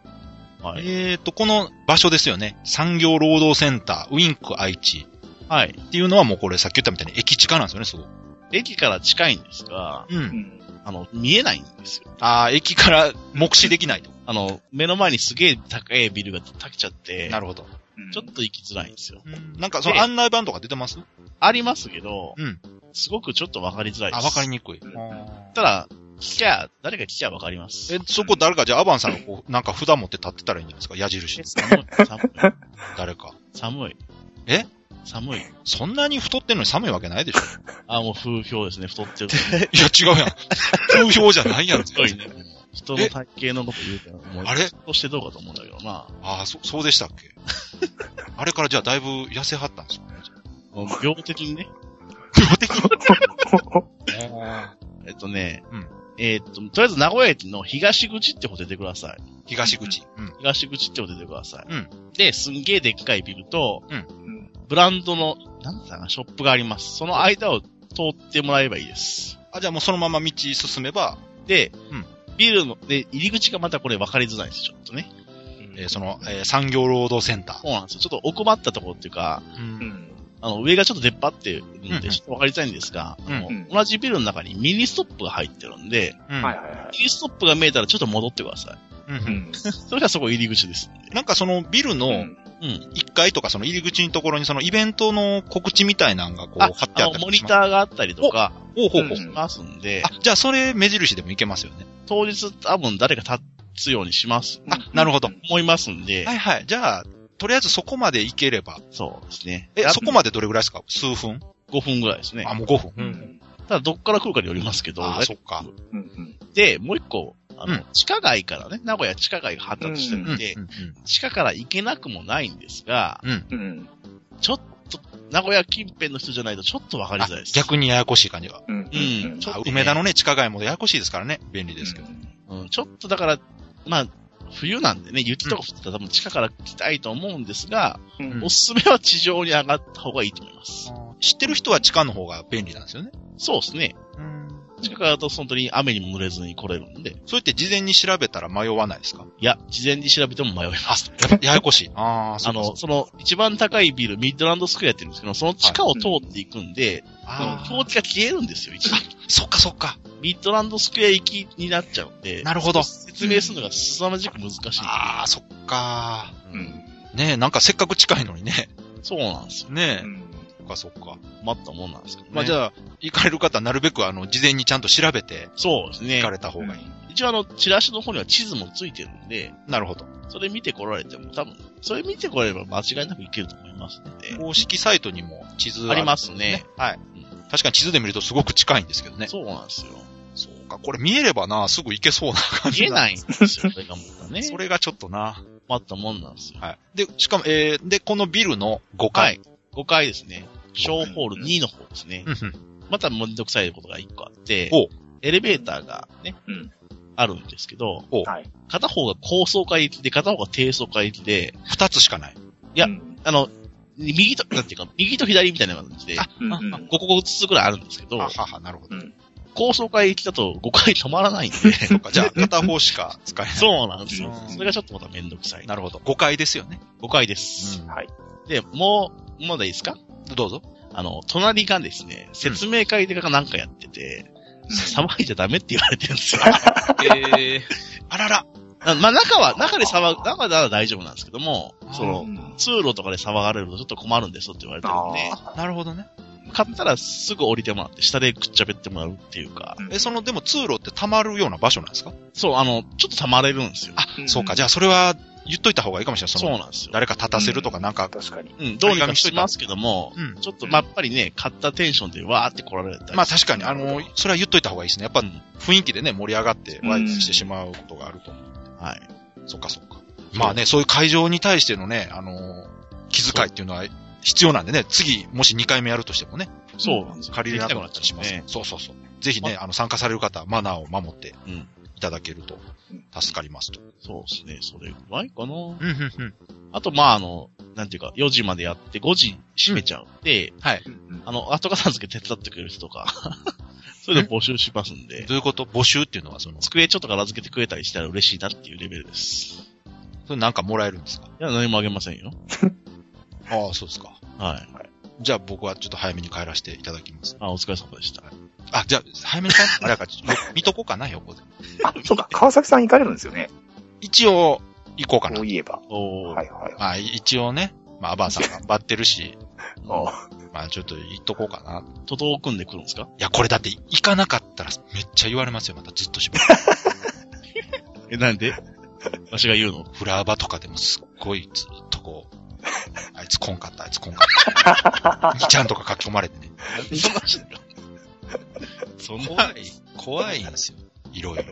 Speaker 5: はい。
Speaker 2: えっ、と、この場所ですよね。産業労働センター、ウィンク愛知
Speaker 5: はい。
Speaker 2: っていうのはもうこれさっき言ったみたいに駅近なんですよね、すごく。
Speaker 5: 駅から近いんですが、
Speaker 2: う。
Speaker 3: うんん。
Speaker 5: あの、見えないんですよ。
Speaker 2: ああ、駅から 目視できないと。
Speaker 5: あの、目の前にすげえ高いビルが建てちゃって、
Speaker 2: なるほど。
Speaker 3: うん
Speaker 5: ちょっと行きづらいんですよ。
Speaker 2: うんなんかその案内板とか出てます
Speaker 5: ありますけど、
Speaker 2: うん
Speaker 5: すごくちょっとわかりづらいで
Speaker 2: あ、
Speaker 5: す。
Speaker 2: わかり
Speaker 5: に
Speaker 2: にくい。
Speaker 3: うん
Speaker 2: あー
Speaker 5: ただ、来ちゃ、誰か来ちゃわかります。
Speaker 2: え、そこ誰か、じゃあアバンさんがこう、なんか札持って立ってたらいいんじゃないですか矢印
Speaker 5: え。寒い、寒い、
Speaker 2: 誰か。
Speaker 5: 寒い。
Speaker 2: え
Speaker 5: 寒い。
Speaker 2: そんなに太ってんのに寒いわけないでしょ
Speaker 5: あ、もう風評ですね、太ってる。
Speaker 2: いや、違うやん。風評じゃないやん。
Speaker 5: 太い ね。人の体型のこと言うから、もう、
Speaker 2: あれ
Speaker 5: としてどうかと思うんだけどな。
Speaker 2: ああ、そ、そうでしたっけあれからじゃあだいぶ痩せはったんですよね。
Speaker 5: もう病的にね。
Speaker 2: 病的
Speaker 5: えっとね、
Speaker 2: うん
Speaker 5: えーっと、とりあえず名古屋駅の東口って方出てください。
Speaker 2: 東口。うん。
Speaker 5: 東口って方出てください。
Speaker 2: うん
Speaker 5: で、すんげえでっかいビルと、
Speaker 3: うん
Speaker 5: ブランドの、なんだかな、ショップがあります。その間を通ってもらえばいいです。
Speaker 2: あ、じゃあもうそのまま道進めば、
Speaker 5: で、
Speaker 2: うん
Speaker 5: ビルの、で、入り口がまたこれ分かりづらいんです、ちょっとね。
Speaker 2: えーその、えー産業労働センタ
Speaker 5: そうなんですよ。ちょっと奥まったところっていうか、
Speaker 2: ー。うん
Speaker 3: うん。
Speaker 5: あの、上がちょっと出っ張ってるん
Speaker 2: うんう
Speaker 5: で、
Speaker 2: ん
Speaker 5: ちょっと分かりづらいんですが、あの
Speaker 3: うん
Speaker 5: 同じビルの中にミニストップが入ってるんで、
Speaker 2: うん
Speaker 3: はいはいはい。
Speaker 5: ミニストップが見えたらちょっと戻ってください。
Speaker 2: うんう
Speaker 3: うんん。
Speaker 5: それがそこ入り口ですんで。
Speaker 2: なんかそのビル
Speaker 3: う
Speaker 2: の
Speaker 3: ん
Speaker 5: うん。
Speaker 2: 1階とかその入り口のところにそのイベントの告知みたいなのがこう
Speaker 5: あ
Speaker 2: 貼っ、てあ
Speaker 5: あ
Speaker 2: っ
Speaker 5: の、
Speaker 2: たり
Speaker 5: モ
Speaker 2: し
Speaker 5: ニ
Speaker 2: ます。
Speaker 5: ターがあったりとか、
Speaker 2: ほうほうほう。
Speaker 3: うん
Speaker 5: ますんで、
Speaker 2: あ、じゃあそれ目印でもいけますよね。
Speaker 5: 当日多分誰か立つようにします。
Speaker 2: あ、なるほど。
Speaker 3: うん
Speaker 5: 思いますんで、
Speaker 2: はいはい。じゃあ、とりあえずそこまで行ければ。
Speaker 5: そうですね。
Speaker 2: え、
Speaker 5: あ
Speaker 2: そこまでどれぐらいですか数分
Speaker 5: 5分ぐらいですね
Speaker 2: あ、。もう5
Speaker 3: う
Speaker 2: 分。
Speaker 3: ん。
Speaker 5: ただどっから来るかによりますけど、
Speaker 2: あー、そっか。
Speaker 3: うんうん。
Speaker 5: で、もう一個、あの、
Speaker 2: うん
Speaker 5: 地下街からね、名古屋地下街が発達してるんで、
Speaker 2: うん
Speaker 5: 地下から行けなくもないんですが、
Speaker 3: うん。
Speaker 5: ちょっと、名古屋近辺の人じゃないとちょっとわかり
Speaker 2: あ
Speaker 5: づらいです。
Speaker 2: 逆にややこしい感じが。
Speaker 3: うん。
Speaker 5: うんちょっ
Speaker 2: あ
Speaker 5: とね
Speaker 2: 梅田のね、地下街もややこしいですからね。便利ですけど。
Speaker 5: うん、ちょっとだから、まあ、冬なんでね、雪とか降ってたら多分地下から来たいと思うんですが、
Speaker 3: うん
Speaker 5: おすすめは地上に上がった方がいいと思います。
Speaker 2: 知ってる人は地下の方が便利なんですよね。
Speaker 5: そうですね。地下からだと本当に雨にも濡れずに来れるんで、
Speaker 2: そうやって事前に調べたら迷わないです か
Speaker 5: いや、事前に調べても迷います。
Speaker 2: やややこしい。ああ、
Speaker 5: あの、その、一番高いビル、ミッドランドスクエアって言うんですけど、その地下を通っていくんで、
Speaker 2: あ
Speaker 5: その表記が消えるんですよ、 一番。
Speaker 2: そっかそっか。
Speaker 5: ミッドランドスクエア行きになっちゃうんで、
Speaker 2: なるほど
Speaker 5: 説明するのが凄まじく難しい。
Speaker 2: ああ、そっか。
Speaker 3: うん。
Speaker 2: ねえ、なんかせっかく近いのにね。
Speaker 5: そうなんですよ。
Speaker 2: ね
Speaker 3: う
Speaker 2: え、
Speaker 3: ん。
Speaker 2: そっかそっか。
Speaker 5: 困ったもんなんですけど、ね。
Speaker 2: まあじ
Speaker 5: あ、
Speaker 2: ゃあ、行かれる方はなるべくあの、事前にちゃんと調べて
Speaker 5: そうですね
Speaker 2: 行か。れた方がいい。
Speaker 5: 一応あの、チラシの方には地図もついてるんで、
Speaker 2: なるほど。
Speaker 5: それ見てこられても、多分、それ見てこられれば間違いなく行けると思いますので、
Speaker 2: 公式サイトにも地図
Speaker 5: ありますすね。。
Speaker 2: はい。確かに地図で見るとすごく近いんですけどね。
Speaker 5: そうなんですよ。
Speaker 2: そうか。これ見えればな、すぐ行けそうな感じ
Speaker 5: 見えないんですよ、それがもうね。
Speaker 2: それがちょっとな。
Speaker 5: 困ったもんなんですよ。
Speaker 2: はい。で、しかも、えー、で、このビルの5
Speaker 5: は
Speaker 2: 階。
Speaker 5: い。5階ですね。小ホール2の方ですね。
Speaker 2: うんうん
Speaker 5: まためんどくさいことが1個あって
Speaker 2: お、
Speaker 5: エレベーターがね、
Speaker 3: うん
Speaker 5: あるんですけど、
Speaker 3: はい。
Speaker 5: 片方が高層階行きで、片方が低層階行きで、
Speaker 2: 二つしかない。
Speaker 3: い
Speaker 5: や
Speaker 3: うん。
Speaker 5: あの、右と、なんていうか、右と左みたいな感じで、
Speaker 2: あ
Speaker 3: うん
Speaker 2: あ
Speaker 5: 5個ずつぐらいあるんですけど
Speaker 2: あ、はは、なるほど。
Speaker 5: 高層階行きだと5階止まらないんで、
Speaker 2: そっか、じゃあ、片方しか使えな い。
Speaker 5: そうなんですよ
Speaker 2: う。ん
Speaker 5: それがちょっとまためんどくさい。
Speaker 2: なるほど。5階ですよね。
Speaker 5: 5階です。
Speaker 3: はい。
Speaker 5: で、もう、まだいいですか
Speaker 2: どうぞ。
Speaker 5: あの、隣がですね、説明会でなんかやってて、騒いじゃダメって言われてるんですよ。
Speaker 4: えー、
Speaker 2: あらら。
Speaker 5: あまあ中は、中で騒ぐ、中なら大丈夫なんですけども、そ
Speaker 3: うん
Speaker 5: の、通路とかで騒がれるとちょっと困るんですよって言われてる
Speaker 3: あ
Speaker 2: なるほどね。
Speaker 5: んで、買ったらすぐ降りてもらって、下でくっちゃべってもらうっていうか、
Speaker 3: ー
Speaker 2: え、その、でも通路って溜まるような場所なんですか
Speaker 5: そう、あの、ちょっと溜まれるんですよ。あ、
Speaker 3: うん
Speaker 2: そうか、じゃあ、それは言っといた方がいいかもしれない。
Speaker 5: そ
Speaker 2: そうの、
Speaker 5: なんですよ。
Speaker 2: 誰か立たせるとか、なんか、
Speaker 3: 確かに。
Speaker 5: うん、どうにかしますけども、
Speaker 2: うん。
Speaker 5: ちょっと、まあ、やっぱりね、買ったテンションでわーって来られたり。
Speaker 2: まあ確かに、あの、それは言っといた方がいいですね。やっぱ
Speaker 5: うん
Speaker 2: 雰囲気でね、盛り上がって、
Speaker 3: うん
Speaker 2: ワイワイしてしまうことがあると思う。
Speaker 5: はい。
Speaker 2: そっかそっか。まあね、そういう会場に対してのね、あのー、気遣いっていうのは必要なんでね、次、もし2回目やるとしてもね、
Speaker 5: そうなんですよ。
Speaker 2: 借りれなくな
Speaker 5: で
Speaker 2: った
Speaker 5: き
Speaker 2: りします。
Speaker 5: ね。
Speaker 2: そうそうそう。ぜひね、あの、参加される方はマナーを守って
Speaker 5: うん
Speaker 2: いただけると助かりますと。
Speaker 5: そうですね。それぐらいかな。
Speaker 2: うん、うん、うん。
Speaker 5: あと、まあ、あの、なんていうか、4時までやって5時閉めちゃうんで、
Speaker 2: はい。
Speaker 3: うん
Speaker 5: あの、後片付け手伝ってくれる人とか、 そういうの募集しますんで
Speaker 2: ど、ういうこと募集っていうのは、その、
Speaker 5: 机ちょっと片付けてくれたりしたら嬉しいなっていうレベルです。
Speaker 2: それなんかもらえるんですか
Speaker 5: いや、何もあげませんよ。
Speaker 2: ああ、そうですか。
Speaker 5: はい。
Speaker 2: じゃあ僕はちょっと早めに帰らせていただきます。
Speaker 5: あ、お疲れ様でした。
Speaker 2: あ、じゃあ、早め に帰って、あれやから、ちょっと見とこうかな、横で。
Speaker 3: あ、そうか、川崎さん行かれるんですよね。
Speaker 2: 一応、行こうかな
Speaker 3: そう。いえば。
Speaker 5: おー。
Speaker 3: はいはい。
Speaker 2: まあ、一応ね、まあ、アバンさん頑張ってるし、
Speaker 3: あ
Speaker 2: まあ、ちょっと言っとこうかな。
Speaker 5: 徒党組んでくるんですか
Speaker 2: いや、これだって、行かなかったらめっちゃ言われますよ、またずっとしばら
Speaker 5: え、なんでわしが言うの
Speaker 2: く。フラーバとかでもすっごいずっとこう、あいつこんかった、あいつこんかった。兄ちゃんとか書き込まれてね。
Speaker 5: そんな話だよ。 そんな、
Speaker 2: い、怖いんですよ。いろいろ。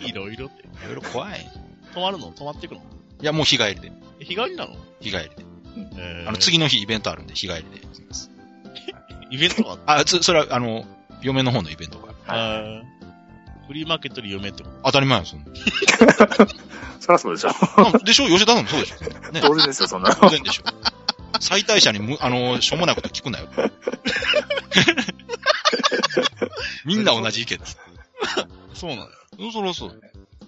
Speaker 2: い
Speaker 5: いろいろって。
Speaker 2: ろいろ怖い。
Speaker 5: 泊まるの泊まっていくの
Speaker 2: いや、もう日帰りで。
Speaker 5: え、日帰りなの
Speaker 2: 日帰りで。
Speaker 5: え
Speaker 2: あの、。次の日イベントあるんで、日帰りで行きます。
Speaker 5: イベントが
Speaker 2: あ、つ、それは、あの、嫁の方のイベントがあ
Speaker 5: あ
Speaker 2: る。
Speaker 5: っフリーマーケットに嫁ってこと
Speaker 2: 当たり前です よ。
Speaker 3: そりゃそうでしょ。
Speaker 2: なんでしょ吉田さんもそうでしょ。ね、
Speaker 3: 当然ですよ、そんな
Speaker 2: 当
Speaker 3: の。
Speaker 2: 然でしょ。最大者にむ、あの、しょうもないこと聞くなよ。みんな同じ意見です。
Speaker 5: そうなのよ。
Speaker 2: うんそろそろ。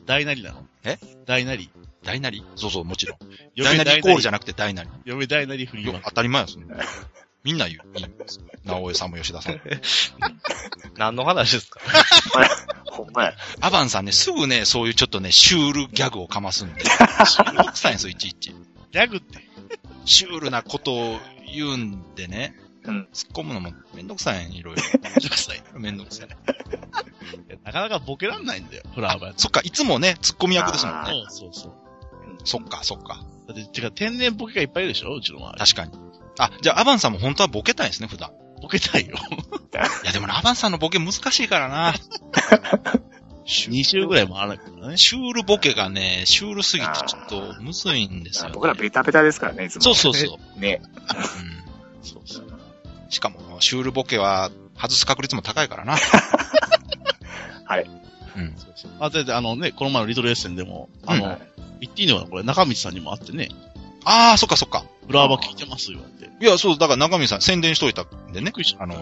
Speaker 5: 大なりなの
Speaker 2: え
Speaker 5: 大なり。
Speaker 2: 大なりそうそう、もちろん。大なりイコールじゃなくて大なり。
Speaker 5: 嫁大なりフリー
Speaker 2: よ
Speaker 5: マーケ
Speaker 2: 当たり前ですね。みんな言う。いいです直江さんも吉田さんも。
Speaker 4: 何の話ですか
Speaker 3: ほんまや。
Speaker 2: アバンさんね、すぐね、そういうちょっとね、シュールギャグをかますんで。奥さんですよ、いちいち。
Speaker 5: ット。ギャグって。
Speaker 2: シュールなことを言うんでね。
Speaker 3: うん
Speaker 2: 突っ込むのもめんどくさいん、いろい
Speaker 5: めんどくさい。
Speaker 2: ろ。めんどくさい。
Speaker 5: なかなかボケらんないんだよ。フラーバー
Speaker 2: そっか、いつもね、突っ込み役ですもん
Speaker 3: あ
Speaker 2: ね。
Speaker 5: そうそうそう。
Speaker 2: そっか、そっか。
Speaker 5: だって、てか天然ボケがいっぱいいるでしょうちのは。
Speaker 2: 確かに。あ、じゃあ、アバンさんも本当はボケたいんですね、普段。
Speaker 5: ボケたい よ。
Speaker 2: いや、でもね、アバンさんのボケ難しいからな。
Speaker 5: 2週ぐらい回らないからね。
Speaker 2: シュールボケがね、シュールすぎてちょっとむずいんですよ、ね。
Speaker 3: 僕らベタベタですからね、いつも。
Speaker 2: そうそうそう。
Speaker 3: う。ね。
Speaker 2: う
Speaker 5: そうそう。
Speaker 2: ん、しかも、シュールボケは外す確率も高いからな。
Speaker 3: はい。
Speaker 2: うん。
Speaker 5: そうそうあ、だってあのね、この前のリトルエッセンでも、あの、
Speaker 3: うん
Speaker 5: 言っていいのかなこれ、中道さんにもあってね、
Speaker 2: ああ、そっかそっか。
Speaker 5: フラーバー聞いてますよって。
Speaker 2: いや、そう、だから中身さん宣伝しといたんでね。
Speaker 5: りした
Speaker 2: あの、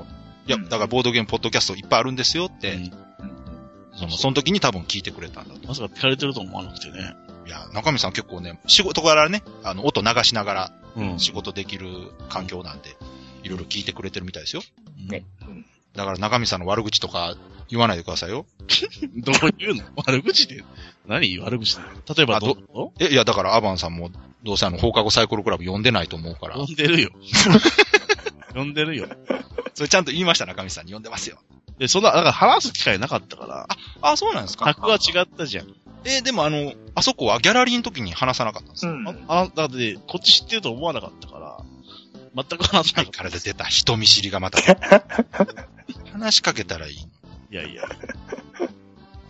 Speaker 2: いや、だからボードゲーム、ポッドキャストいっぱいあるんですよって、
Speaker 5: うん
Speaker 3: うん
Speaker 2: その、その時に多分聞いてくれたんだと。
Speaker 5: まさか聞かれてるとも思わなくてね。
Speaker 2: いや、中身さん結構ね、仕事からね、あの、音流しながら
Speaker 5: うん
Speaker 2: 仕事できる環境なんで、いろいろ聞いてくれてるみたいですよ。
Speaker 3: ね。
Speaker 2: だから中身さんの悪口とか言わないでくださいよ。
Speaker 5: どういうの悪口で何悪口で例えば
Speaker 2: あ
Speaker 5: ど
Speaker 2: ど
Speaker 5: う
Speaker 2: え、いや、だからアバンさんも、どうせあの、放課後サイコロクラブ読んでないと思うから
Speaker 5: 呼、んで るよ。呼んでるよ。
Speaker 2: それちゃんと言いました、中身さんに読んでますよ。
Speaker 5: で、そんな、だから話す機会なかったから、
Speaker 2: あ、そうなんですか。
Speaker 5: 格は違ったじゃん。
Speaker 2: えーでもあの、あそこはギャラリーの時に話さなかったんですよ。
Speaker 3: うん。
Speaker 5: あ、あだって、こっち知ってると思わなかったから、全く話さな
Speaker 2: は、
Speaker 5: いかっ
Speaker 2: から出てた、人見知りがまた。話しかけたらいい。
Speaker 5: た。いやいや。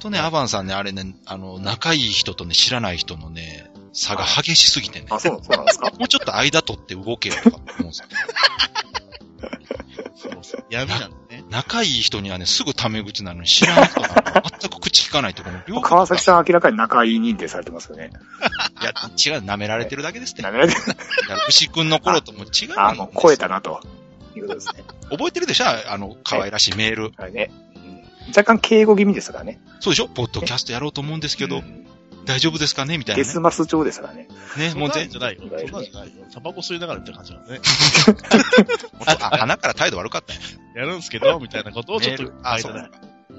Speaker 2: とね、アバンさんね、あれね、あの、仲いい人とね、知らない人のね、差が激しすぎてね、
Speaker 3: あ、そう、そうなんですか
Speaker 2: もうちょっと間取って動けよとか思うんですよ。
Speaker 5: そうそう。闇なんだね。
Speaker 2: 仲いい人にはね、すぐタメ口なのに、知らない人なのに全く口聞かないとこの両方
Speaker 3: 川崎さん明らかに仲いい認定されてますよね。
Speaker 2: いや、違う、舐められてるだけですって。
Speaker 3: なめられて
Speaker 2: だから牛くんの頃とも違うの
Speaker 3: あ、もう超えたな、ということですね。
Speaker 2: 覚えてるでしょあの、可愛らしいメール。
Speaker 3: あれね。うん若干敬語気味でしたからね。
Speaker 2: そうでしょポッドキャストやろうと思うんですけ
Speaker 3: う
Speaker 2: ど、
Speaker 3: ん
Speaker 2: 大丈夫ですかねみたい
Speaker 3: デ
Speaker 2: な
Speaker 3: ス
Speaker 2: ね。
Speaker 3: マス調でしたからね。
Speaker 2: ね、 もう
Speaker 5: 全
Speaker 2: 全
Speaker 5: じゃないよ。
Speaker 3: いわゆ
Speaker 5: そん
Speaker 3: る
Speaker 5: なんじゃな
Speaker 3: ね
Speaker 5: いよ。タバコ吸いながらって感じなんだね。
Speaker 2: あ、鼻から態度悪かったね。
Speaker 5: やるんすけど、みたいなことをちょっと
Speaker 2: メールあそう
Speaker 5: 間で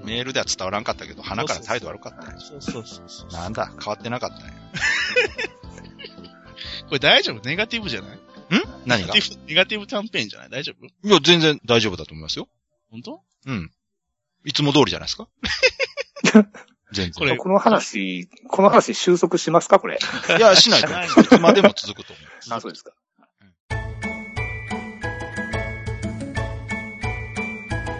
Speaker 2: メールでは伝わらんかったけど、鼻から態度悪かったね。
Speaker 5: そうそうそうそう。
Speaker 2: なんだ、変わってなかったね。
Speaker 5: これ大丈夫ネガティブじゃない
Speaker 2: ん
Speaker 5: ネ
Speaker 2: 何
Speaker 5: ガ
Speaker 2: が
Speaker 5: テ
Speaker 2: い
Speaker 5: ィブ、ネガティブキャンペーンじゃない大丈夫
Speaker 2: や、全然大丈夫だと思いますよ。
Speaker 5: 本当
Speaker 2: うん。いつも通りじゃないです か全
Speaker 5: こ
Speaker 2: 然。
Speaker 5: れ、
Speaker 3: この話、この話収束しますかこれ。
Speaker 2: いや、しないと思います。いつまでも続くと思う。
Speaker 3: あ、そうですか。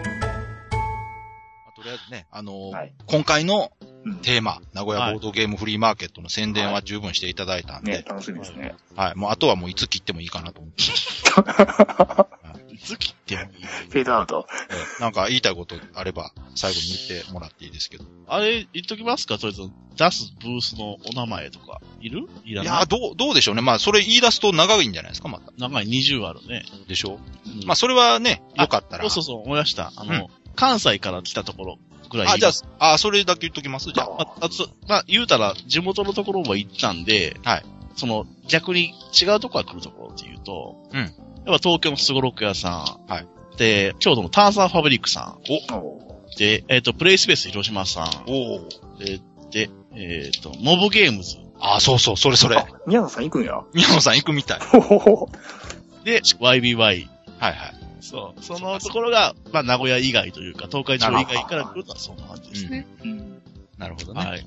Speaker 2: まあとりあえずね、あのー
Speaker 3: はい
Speaker 2: 今回の
Speaker 3: うん
Speaker 2: テーマ、名古屋ボードゲームフリーマーケットの宣伝は十分していただいたんで、は
Speaker 3: ね
Speaker 2: い、、
Speaker 3: 楽しみですね。
Speaker 2: もうあとはもういつ切ってもいいかなと思って、
Speaker 5: いつ切ってもいい。
Speaker 3: フェードアウト。
Speaker 2: なんか言いたいことあれば最後に言ってもらっていいですけど。
Speaker 5: あれ、言っときますかとりあえず、出すブースのお名前とか、いるいら
Speaker 2: い
Speaker 5: な
Speaker 2: やー
Speaker 5: い
Speaker 2: どう、どうでしょうね。まあ、それ言い出すと長いんじゃないですか、また。
Speaker 5: 長い20あるね。
Speaker 2: でしょ
Speaker 5: うん
Speaker 2: まあ、それはね、
Speaker 5: あ
Speaker 2: よかったら。
Speaker 5: そうそう
Speaker 2: う
Speaker 5: そう、思い出した。あの、
Speaker 2: うん
Speaker 5: 関西から来たところぐらい。
Speaker 2: あ、じゃあ、あ、それだけ言っときますじゃあ。
Speaker 5: まあ、あつまあ、言うたら、地元のところも行ったんで、
Speaker 2: はい
Speaker 5: その、逆に違うところが来るところっていうと、
Speaker 2: うん
Speaker 5: やっぱ東京のスゴロク屋さん、
Speaker 2: はい
Speaker 5: で、京都のターザンファブリックさん、
Speaker 3: おー
Speaker 5: で、えっ、と、プレイスペース広島さん、
Speaker 2: おお。
Speaker 5: で、でえっ、と、モブゲームズ、
Speaker 2: あ、そうそう、それそ れ
Speaker 3: あ。、宮野さん行くんや。
Speaker 2: 宮野さん行くみたい。
Speaker 3: ほほほ。
Speaker 5: で、YBY。
Speaker 2: はいはい。
Speaker 5: そう。そのところが、まあ、名古屋以外というか、東海地方以外から来るのはそんな感じですね。
Speaker 3: うん
Speaker 2: なるほどね。
Speaker 5: はい。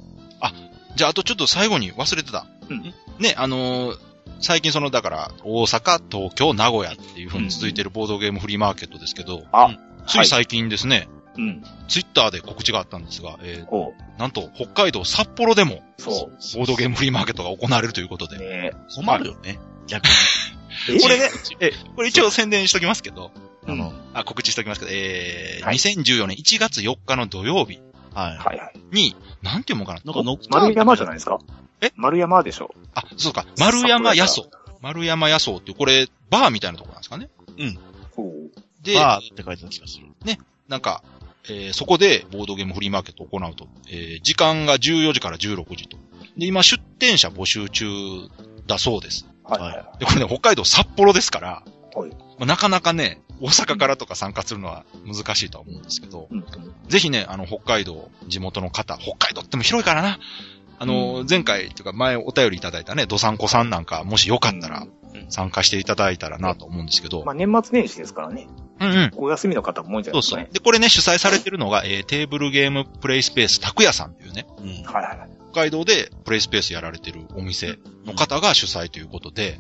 Speaker 2: じゃあ、あとちょっと最後に忘れてた。
Speaker 3: うん
Speaker 2: ね、あのー最近その、だから、大阪、東京、名古屋っていう風に続いてるボードゲームフリーマーケットですけど、
Speaker 3: あ
Speaker 2: うんつい最近ですね、
Speaker 3: うん。
Speaker 2: ツイッターで告知があったんですが、え
Speaker 3: おう
Speaker 2: ーなんと、北海道札幌でも、
Speaker 3: そ
Speaker 2: ボードゲームフリーマーケットが行われるということ
Speaker 3: う。
Speaker 2: で、
Speaker 3: ね
Speaker 5: 困るよね。逆に。
Speaker 3: え。
Speaker 2: これね
Speaker 5: ち
Speaker 2: え、これ一応宣伝しときますけど、
Speaker 3: うん
Speaker 5: あの、
Speaker 2: あ、告知しときますけど、えー
Speaker 3: はい
Speaker 2: 2014年1月4日の土曜日、
Speaker 5: はい。
Speaker 3: はいはい。
Speaker 2: に、なんて読むかな
Speaker 5: なんかノッター
Speaker 3: 丸山じゃないですか
Speaker 2: え
Speaker 3: 丸山でしょ。
Speaker 2: あ、そうか。丸山野草。丸山野草っていう、これ、バーみたいなとこなんですかね。
Speaker 3: ほう。
Speaker 2: で、
Speaker 5: バーって書いてた気がする。
Speaker 2: なんか、えーそこでボードゲームフリーマーケットを行うと、えー時間が14時から16時と。で、今出店者募集中だそうです。
Speaker 3: はいはいはい。
Speaker 2: で、これね、北海道札幌ですから、
Speaker 3: はい
Speaker 2: まあなかなかね、大阪からとか参加するのは難しいとは思うんですけど、
Speaker 3: うんうん
Speaker 2: ぜひね、あの、北海道、地元の方、北海道っても広いからな。あの、前回、というか前お便りいただいたね、どさんこさんなんか、もしよかったら
Speaker 4: うん
Speaker 2: 参加していただいたらなと思うんですけど、
Speaker 3: まあ年末年始ですからね。
Speaker 2: うんうん。
Speaker 3: お休みの方も多いんじゃ
Speaker 2: そ
Speaker 3: ないうです
Speaker 2: そ
Speaker 3: か
Speaker 2: う
Speaker 3: ね。。
Speaker 2: で、これね、主催されてるのが、えーテーブルゲームプレイスペース拓也さんっていうね、
Speaker 5: うん。
Speaker 3: はいはいはい。
Speaker 2: 北海道でプレイスペースやられてるお店の方が主催ということで、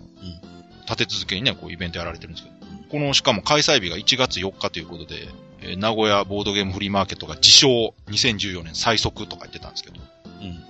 Speaker 2: 立て続けにね、こうイベントやられてるんですけど、この、しかも開催日が1月4日ということで、えー名古屋ボードゲームフリーマーケットが自称2014年最速とか言ってたんですけど、
Speaker 5: うん。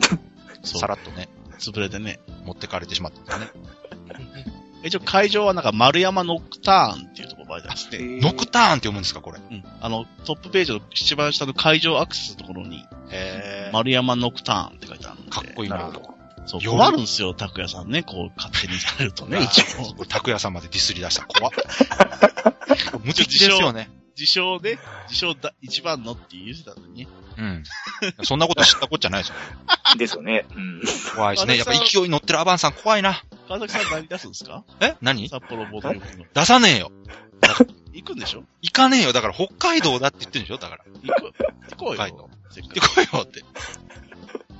Speaker 5: そう
Speaker 2: さらっとね、
Speaker 5: 潰れてね。
Speaker 2: 持ってかれてしまったんですね。
Speaker 5: 一応会場はなんか丸山ノクターンっていうところまであって、
Speaker 3: えー
Speaker 2: ノクターンって読むんですか、これ。
Speaker 5: うん。あの、トップページの一番下の会場アクセスのところに、
Speaker 2: へー
Speaker 5: 丸山ノクターンって書いてあるんで。
Speaker 2: かっこいい
Speaker 3: なる
Speaker 2: な
Speaker 3: ほど。
Speaker 5: そう、
Speaker 2: 夜
Speaker 5: 困るんですよ、拓也さんね。こう、勝手にされる とね、一応。
Speaker 2: これ拓也さんまでディスり出した。 怖っ。無敵ですよね。
Speaker 5: 自称ね、自称だ一番のって言ってたのにね。
Speaker 2: うん。そんなこと知ったこっちゃない ですよ。
Speaker 3: ですよね。うん。
Speaker 2: 怖いですね。やっぱ勢いに乗ってるアバンさん怖いな。
Speaker 5: 川崎さん何出すんですか
Speaker 2: え何
Speaker 5: 札幌ボードゲームの。
Speaker 2: 出さねえよ。
Speaker 5: 行くんでしょ
Speaker 2: 行かねえよ。だから北海道だって言ってるんでしょだから。 行
Speaker 5: 行く。行こう
Speaker 2: 北海道
Speaker 5: よ。せっか
Speaker 2: って
Speaker 5: く。
Speaker 2: こいよって。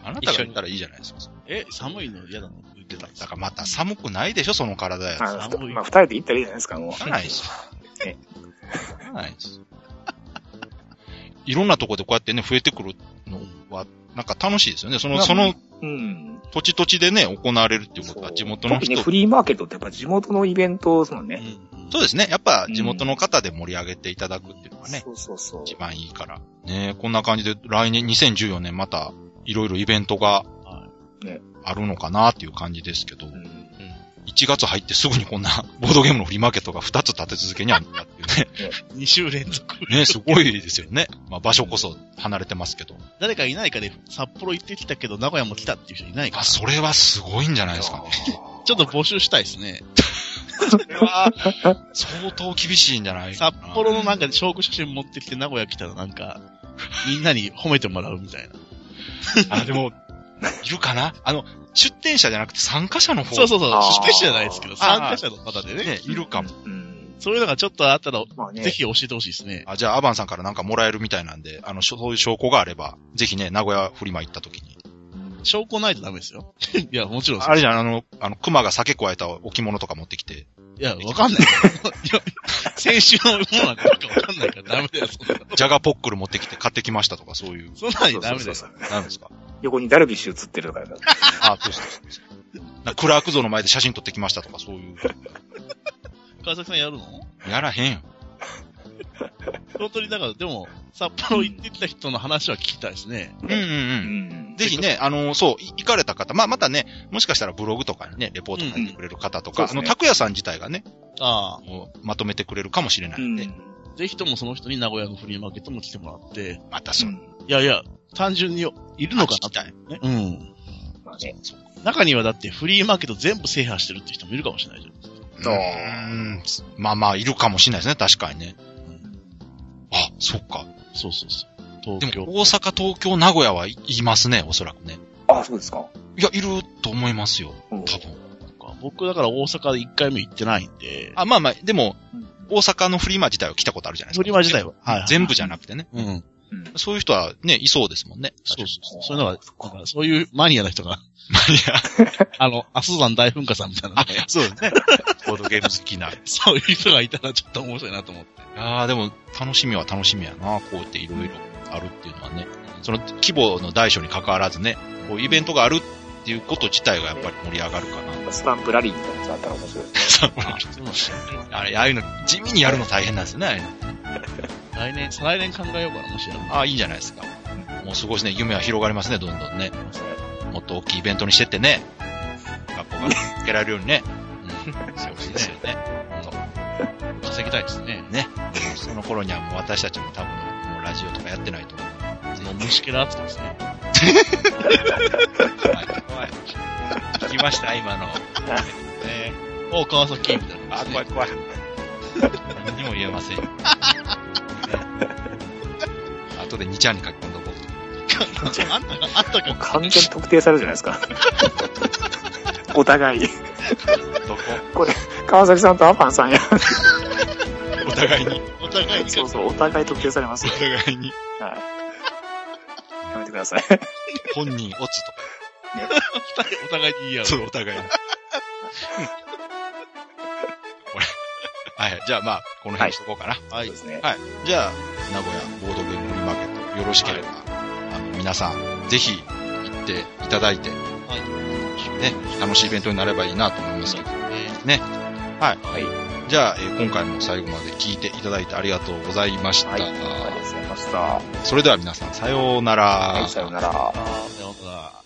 Speaker 2: あなたが行ったらいいじゃないですか。
Speaker 5: え、寒いの嫌なの言ってたんです
Speaker 2: だ
Speaker 5: か
Speaker 2: からまた寒くないでしょその体や。
Speaker 3: あ
Speaker 5: 寒い
Speaker 3: まあ、二人で行ったらいいじゃないですか、もう。
Speaker 2: 行かない ですよ
Speaker 3: え。
Speaker 2: 行かないです。 いろんなとこでこうやってね、増えてくるのは、なんか楽しいですよね。その、
Speaker 3: まあ
Speaker 2: その
Speaker 3: うん。
Speaker 2: 土地土地でね、行われるっていうこと
Speaker 3: そ
Speaker 2: は
Speaker 3: う
Speaker 2: 地元の
Speaker 3: 特
Speaker 2: 人
Speaker 3: にフリーマーケットってやっぱ地元のイベントですもんね。
Speaker 5: うん
Speaker 2: そうですね。やっぱ地元の方で盛り上げていただくっていうのがね、
Speaker 3: そうそうそう。
Speaker 2: 一番いいから。ねこんな感じで来年2014年またいろいろイベントが
Speaker 5: は
Speaker 3: ね
Speaker 2: あるのかなっていう感じですけど、
Speaker 3: うん
Speaker 2: 1月入ってすぐにこんな ボードゲームのフリーマーケットが2つ立て続けにあるんだって いう
Speaker 5: 2週連続。
Speaker 2: ね。ねすごいですよね。まあ場所こそ離れてますけど。
Speaker 5: 誰かいないかで、札幌行ってきたけど、名古屋も来たっていう人いないか
Speaker 2: あ、
Speaker 5: ら。
Speaker 2: それはすごいんじゃないですかね。
Speaker 5: ちょっと募集したいですね。
Speaker 2: それは相当厳しいんじゃないか
Speaker 5: 札
Speaker 2: な
Speaker 5: 幌のなんか証拠写真持ってきて名古屋来たらなんか、みんなに褒めてもらうみた いな。
Speaker 2: あ、でも、いるかなあの、出展者じゃなくて参加者の方
Speaker 5: そうそうそう、
Speaker 3: あー
Speaker 5: 出店者じゃないですけど、参
Speaker 2: あー
Speaker 5: 加者の方でね。
Speaker 2: ね、いるかも。
Speaker 3: うん。
Speaker 5: そういうのがちょっとあったら、
Speaker 3: まあね。
Speaker 5: ぜひ教えてほしいですね。
Speaker 2: あじゃあ、アバンさんからなんかもらえるみたいなんで、あの、しょそういう証拠があれば、ぜひね、名古屋フリマ行った時に。
Speaker 3: うん。
Speaker 5: 証拠ないとダメですよ。 いや、もちろんです
Speaker 2: あれじゃん、あの、あの、熊が酒加えた置物とか持ってきて、
Speaker 5: いや、わかんない。い や先週のものなんかわかんないからダメだよ、そんなの。
Speaker 2: ジャガポックル持ってきて買ってきましたとか、そういう、
Speaker 5: そんな
Speaker 3: そ
Speaker 5: に
Speaker 3: う
Speaker 5: ダ
Speaker 3: そう
Speaker 5: メだ
Speaker 3: そう
Speaker 5: よ。
Speaker 3: そう
Speaker 2: なんですか
Speaker 3: 横にダルビッシュ映ってるからだ。
Speaker 2: あそうそうそうそうなクラーク像の前で写真撮ってきましたとか、そういう。
Speaker 5: 川崎さんやるの
Speaker 2: やらへんよ。
Speaker 5: 本当にだから、でも、札幌行ってきた人の話は聞きたいですね。
Speaker 2: うんうんう。
Speaker 3: うんん。
Speaker 2: ぜひね、あの、そう、い行かれた方、まあ、またね、もしかしたらブログとかにね、レポート書いてくれる方とか、
Speaker 3: うんうんそうですね
Speaker 2: あの、拓也さん自体がね、
Speaker 5: あ
Speaker 2: もうまとめてくれるかもしれな
Speaker 3: う
Speaker 2: いんで、
Speaker 3: ん。
Speaker 5: あ、ぜひともその人に名古屋のフリーマーケットも来てもらって、
Speaker 2: またそう、
Speaker 5: いやいや、単純にいるのかなってね。うん。
Speaker 3: まあね。
Speaker 5: 中にはだってフリーマーケット全部制覇してるって人もいるかもしれないじゃん。
Speaker 2: うーんまあまあ、いるかもしれないですね、確かにね。あ、そっか。
Speaker 5: そうそうそう。
Speaker 2: で
Speaker 5: 東京。
Speaker 2: も、大阪、東京、名古屋はい、いますね、おそらくね。
Speaker 3: あ、そうですか。
Speaker 2: いや、いると思いますよ、
Speaker 3: うん
Speaker 2: 多分。
Speaker 5: か僕だから大阪で1回目行ってないんで、
Speaker 2: あ、まあまあ、でも、
Speaker 3: うん
Speaker 2: 大阪のフリマ自体は来たことあるじゃないですか。
Speaker 5: フリマ自体は。はい、
Speaker 2: 全部じゃなくてね。
Speaker 5: 部。うん。
Speaker 3: うん。
Speaker 2: そういう人はね、いそうですもんね。
Speaker 5: そうそうそう。そういうの
Speaker 3: あ
Speaker 5: が、なんかそういうマニアな人が、 あの、阿蘇山大噴火さんみたいな
Speaker 2: あ
Speaker 5: のね、
Speaker 2: そうですね。 ボードゲーム好きな。
Speaker 5: そういう人がいたらちょっと面白いなと思って。
Speaker 2: ああ、でも、楽しみは楽しみやな。こうやっていろいろあるっていうのはね。その規模の大小に関わらずね、こうイベントがあるっていうこと自体がやっぱり盛り上がるかな。
Speaker 3: スタンプラリーみたいなやつあったら面白いですね。
Speaker 5: あそうなんだ
Speaker 2: あれ、ああいうの、地味にやるの大変なんですよね、ああいうの
Speaker 5: 来年、再来年考えようかな、もしやる
Speaker 2: ああ、いいんじゃないですか。もうすごいですね、夢は広がりますね、どんどんね。もっと大きいイベントにしてってね。学校が受けられるようにね。うん。してほしいですよね。
Speaker 5: 稼ぎたいですね。
Speaker 2: その頃にはもう私たちも多分、もうラジオとかやってないと思う。ぜ
Speaker 5: の虫けら扱いですね。
Speaker 2: 怖い、怖い。聞きました、今の。
Speaker 5: えー、お川崎みたいな、
Speaker 2: あ、怖い、怖い。何にも言えません。ね後で2ちゃんに書き込んどこう。
Speaker 5: あんたが、あんたが、
Speaker 3: 完全に特定されるじゃないですか。 お互い。
Speaker 2: どこ
Speaker 3: これ、川崎さんとアパンさんや。
Speaker 2: お互いに。
Speaker 5: お互いに
Speaker 3: そうそう、お互い特定されます
Speaker 2: お
Speaker 3: よ。
Speaker 2: 互いに。
Speaker 3: はい。やめてください。
Speaker 2: 本人、オツとか。
Speaker 5: お互いに言い合う。
Speaker 2: そう、お互いに。これ。はい、じゃあまあ、この辺にしとこうかな。
Speaker 5: は
Speaker 3: そう
Speaker 5: い
Speaker 3: で。すね。
Speaker 2: はい。じゃあ、名古屋ボードゲームフリーマーケット、よろしければ、あの皆さん、ぜひ行っていただいて、ね、楽しいイベントになればいいなと思いますけど。
Speaker 5: えー
Speaker 2: じゃあ、えー今回も最後まで聞いていただいてありがとうございました。
Speaker 3: はい。ありがとうございました。
Speaker 2: それでは皆さん、さようなら。
Speaker 3: はい、さようなら。
Speaker 5: あー、さようなら。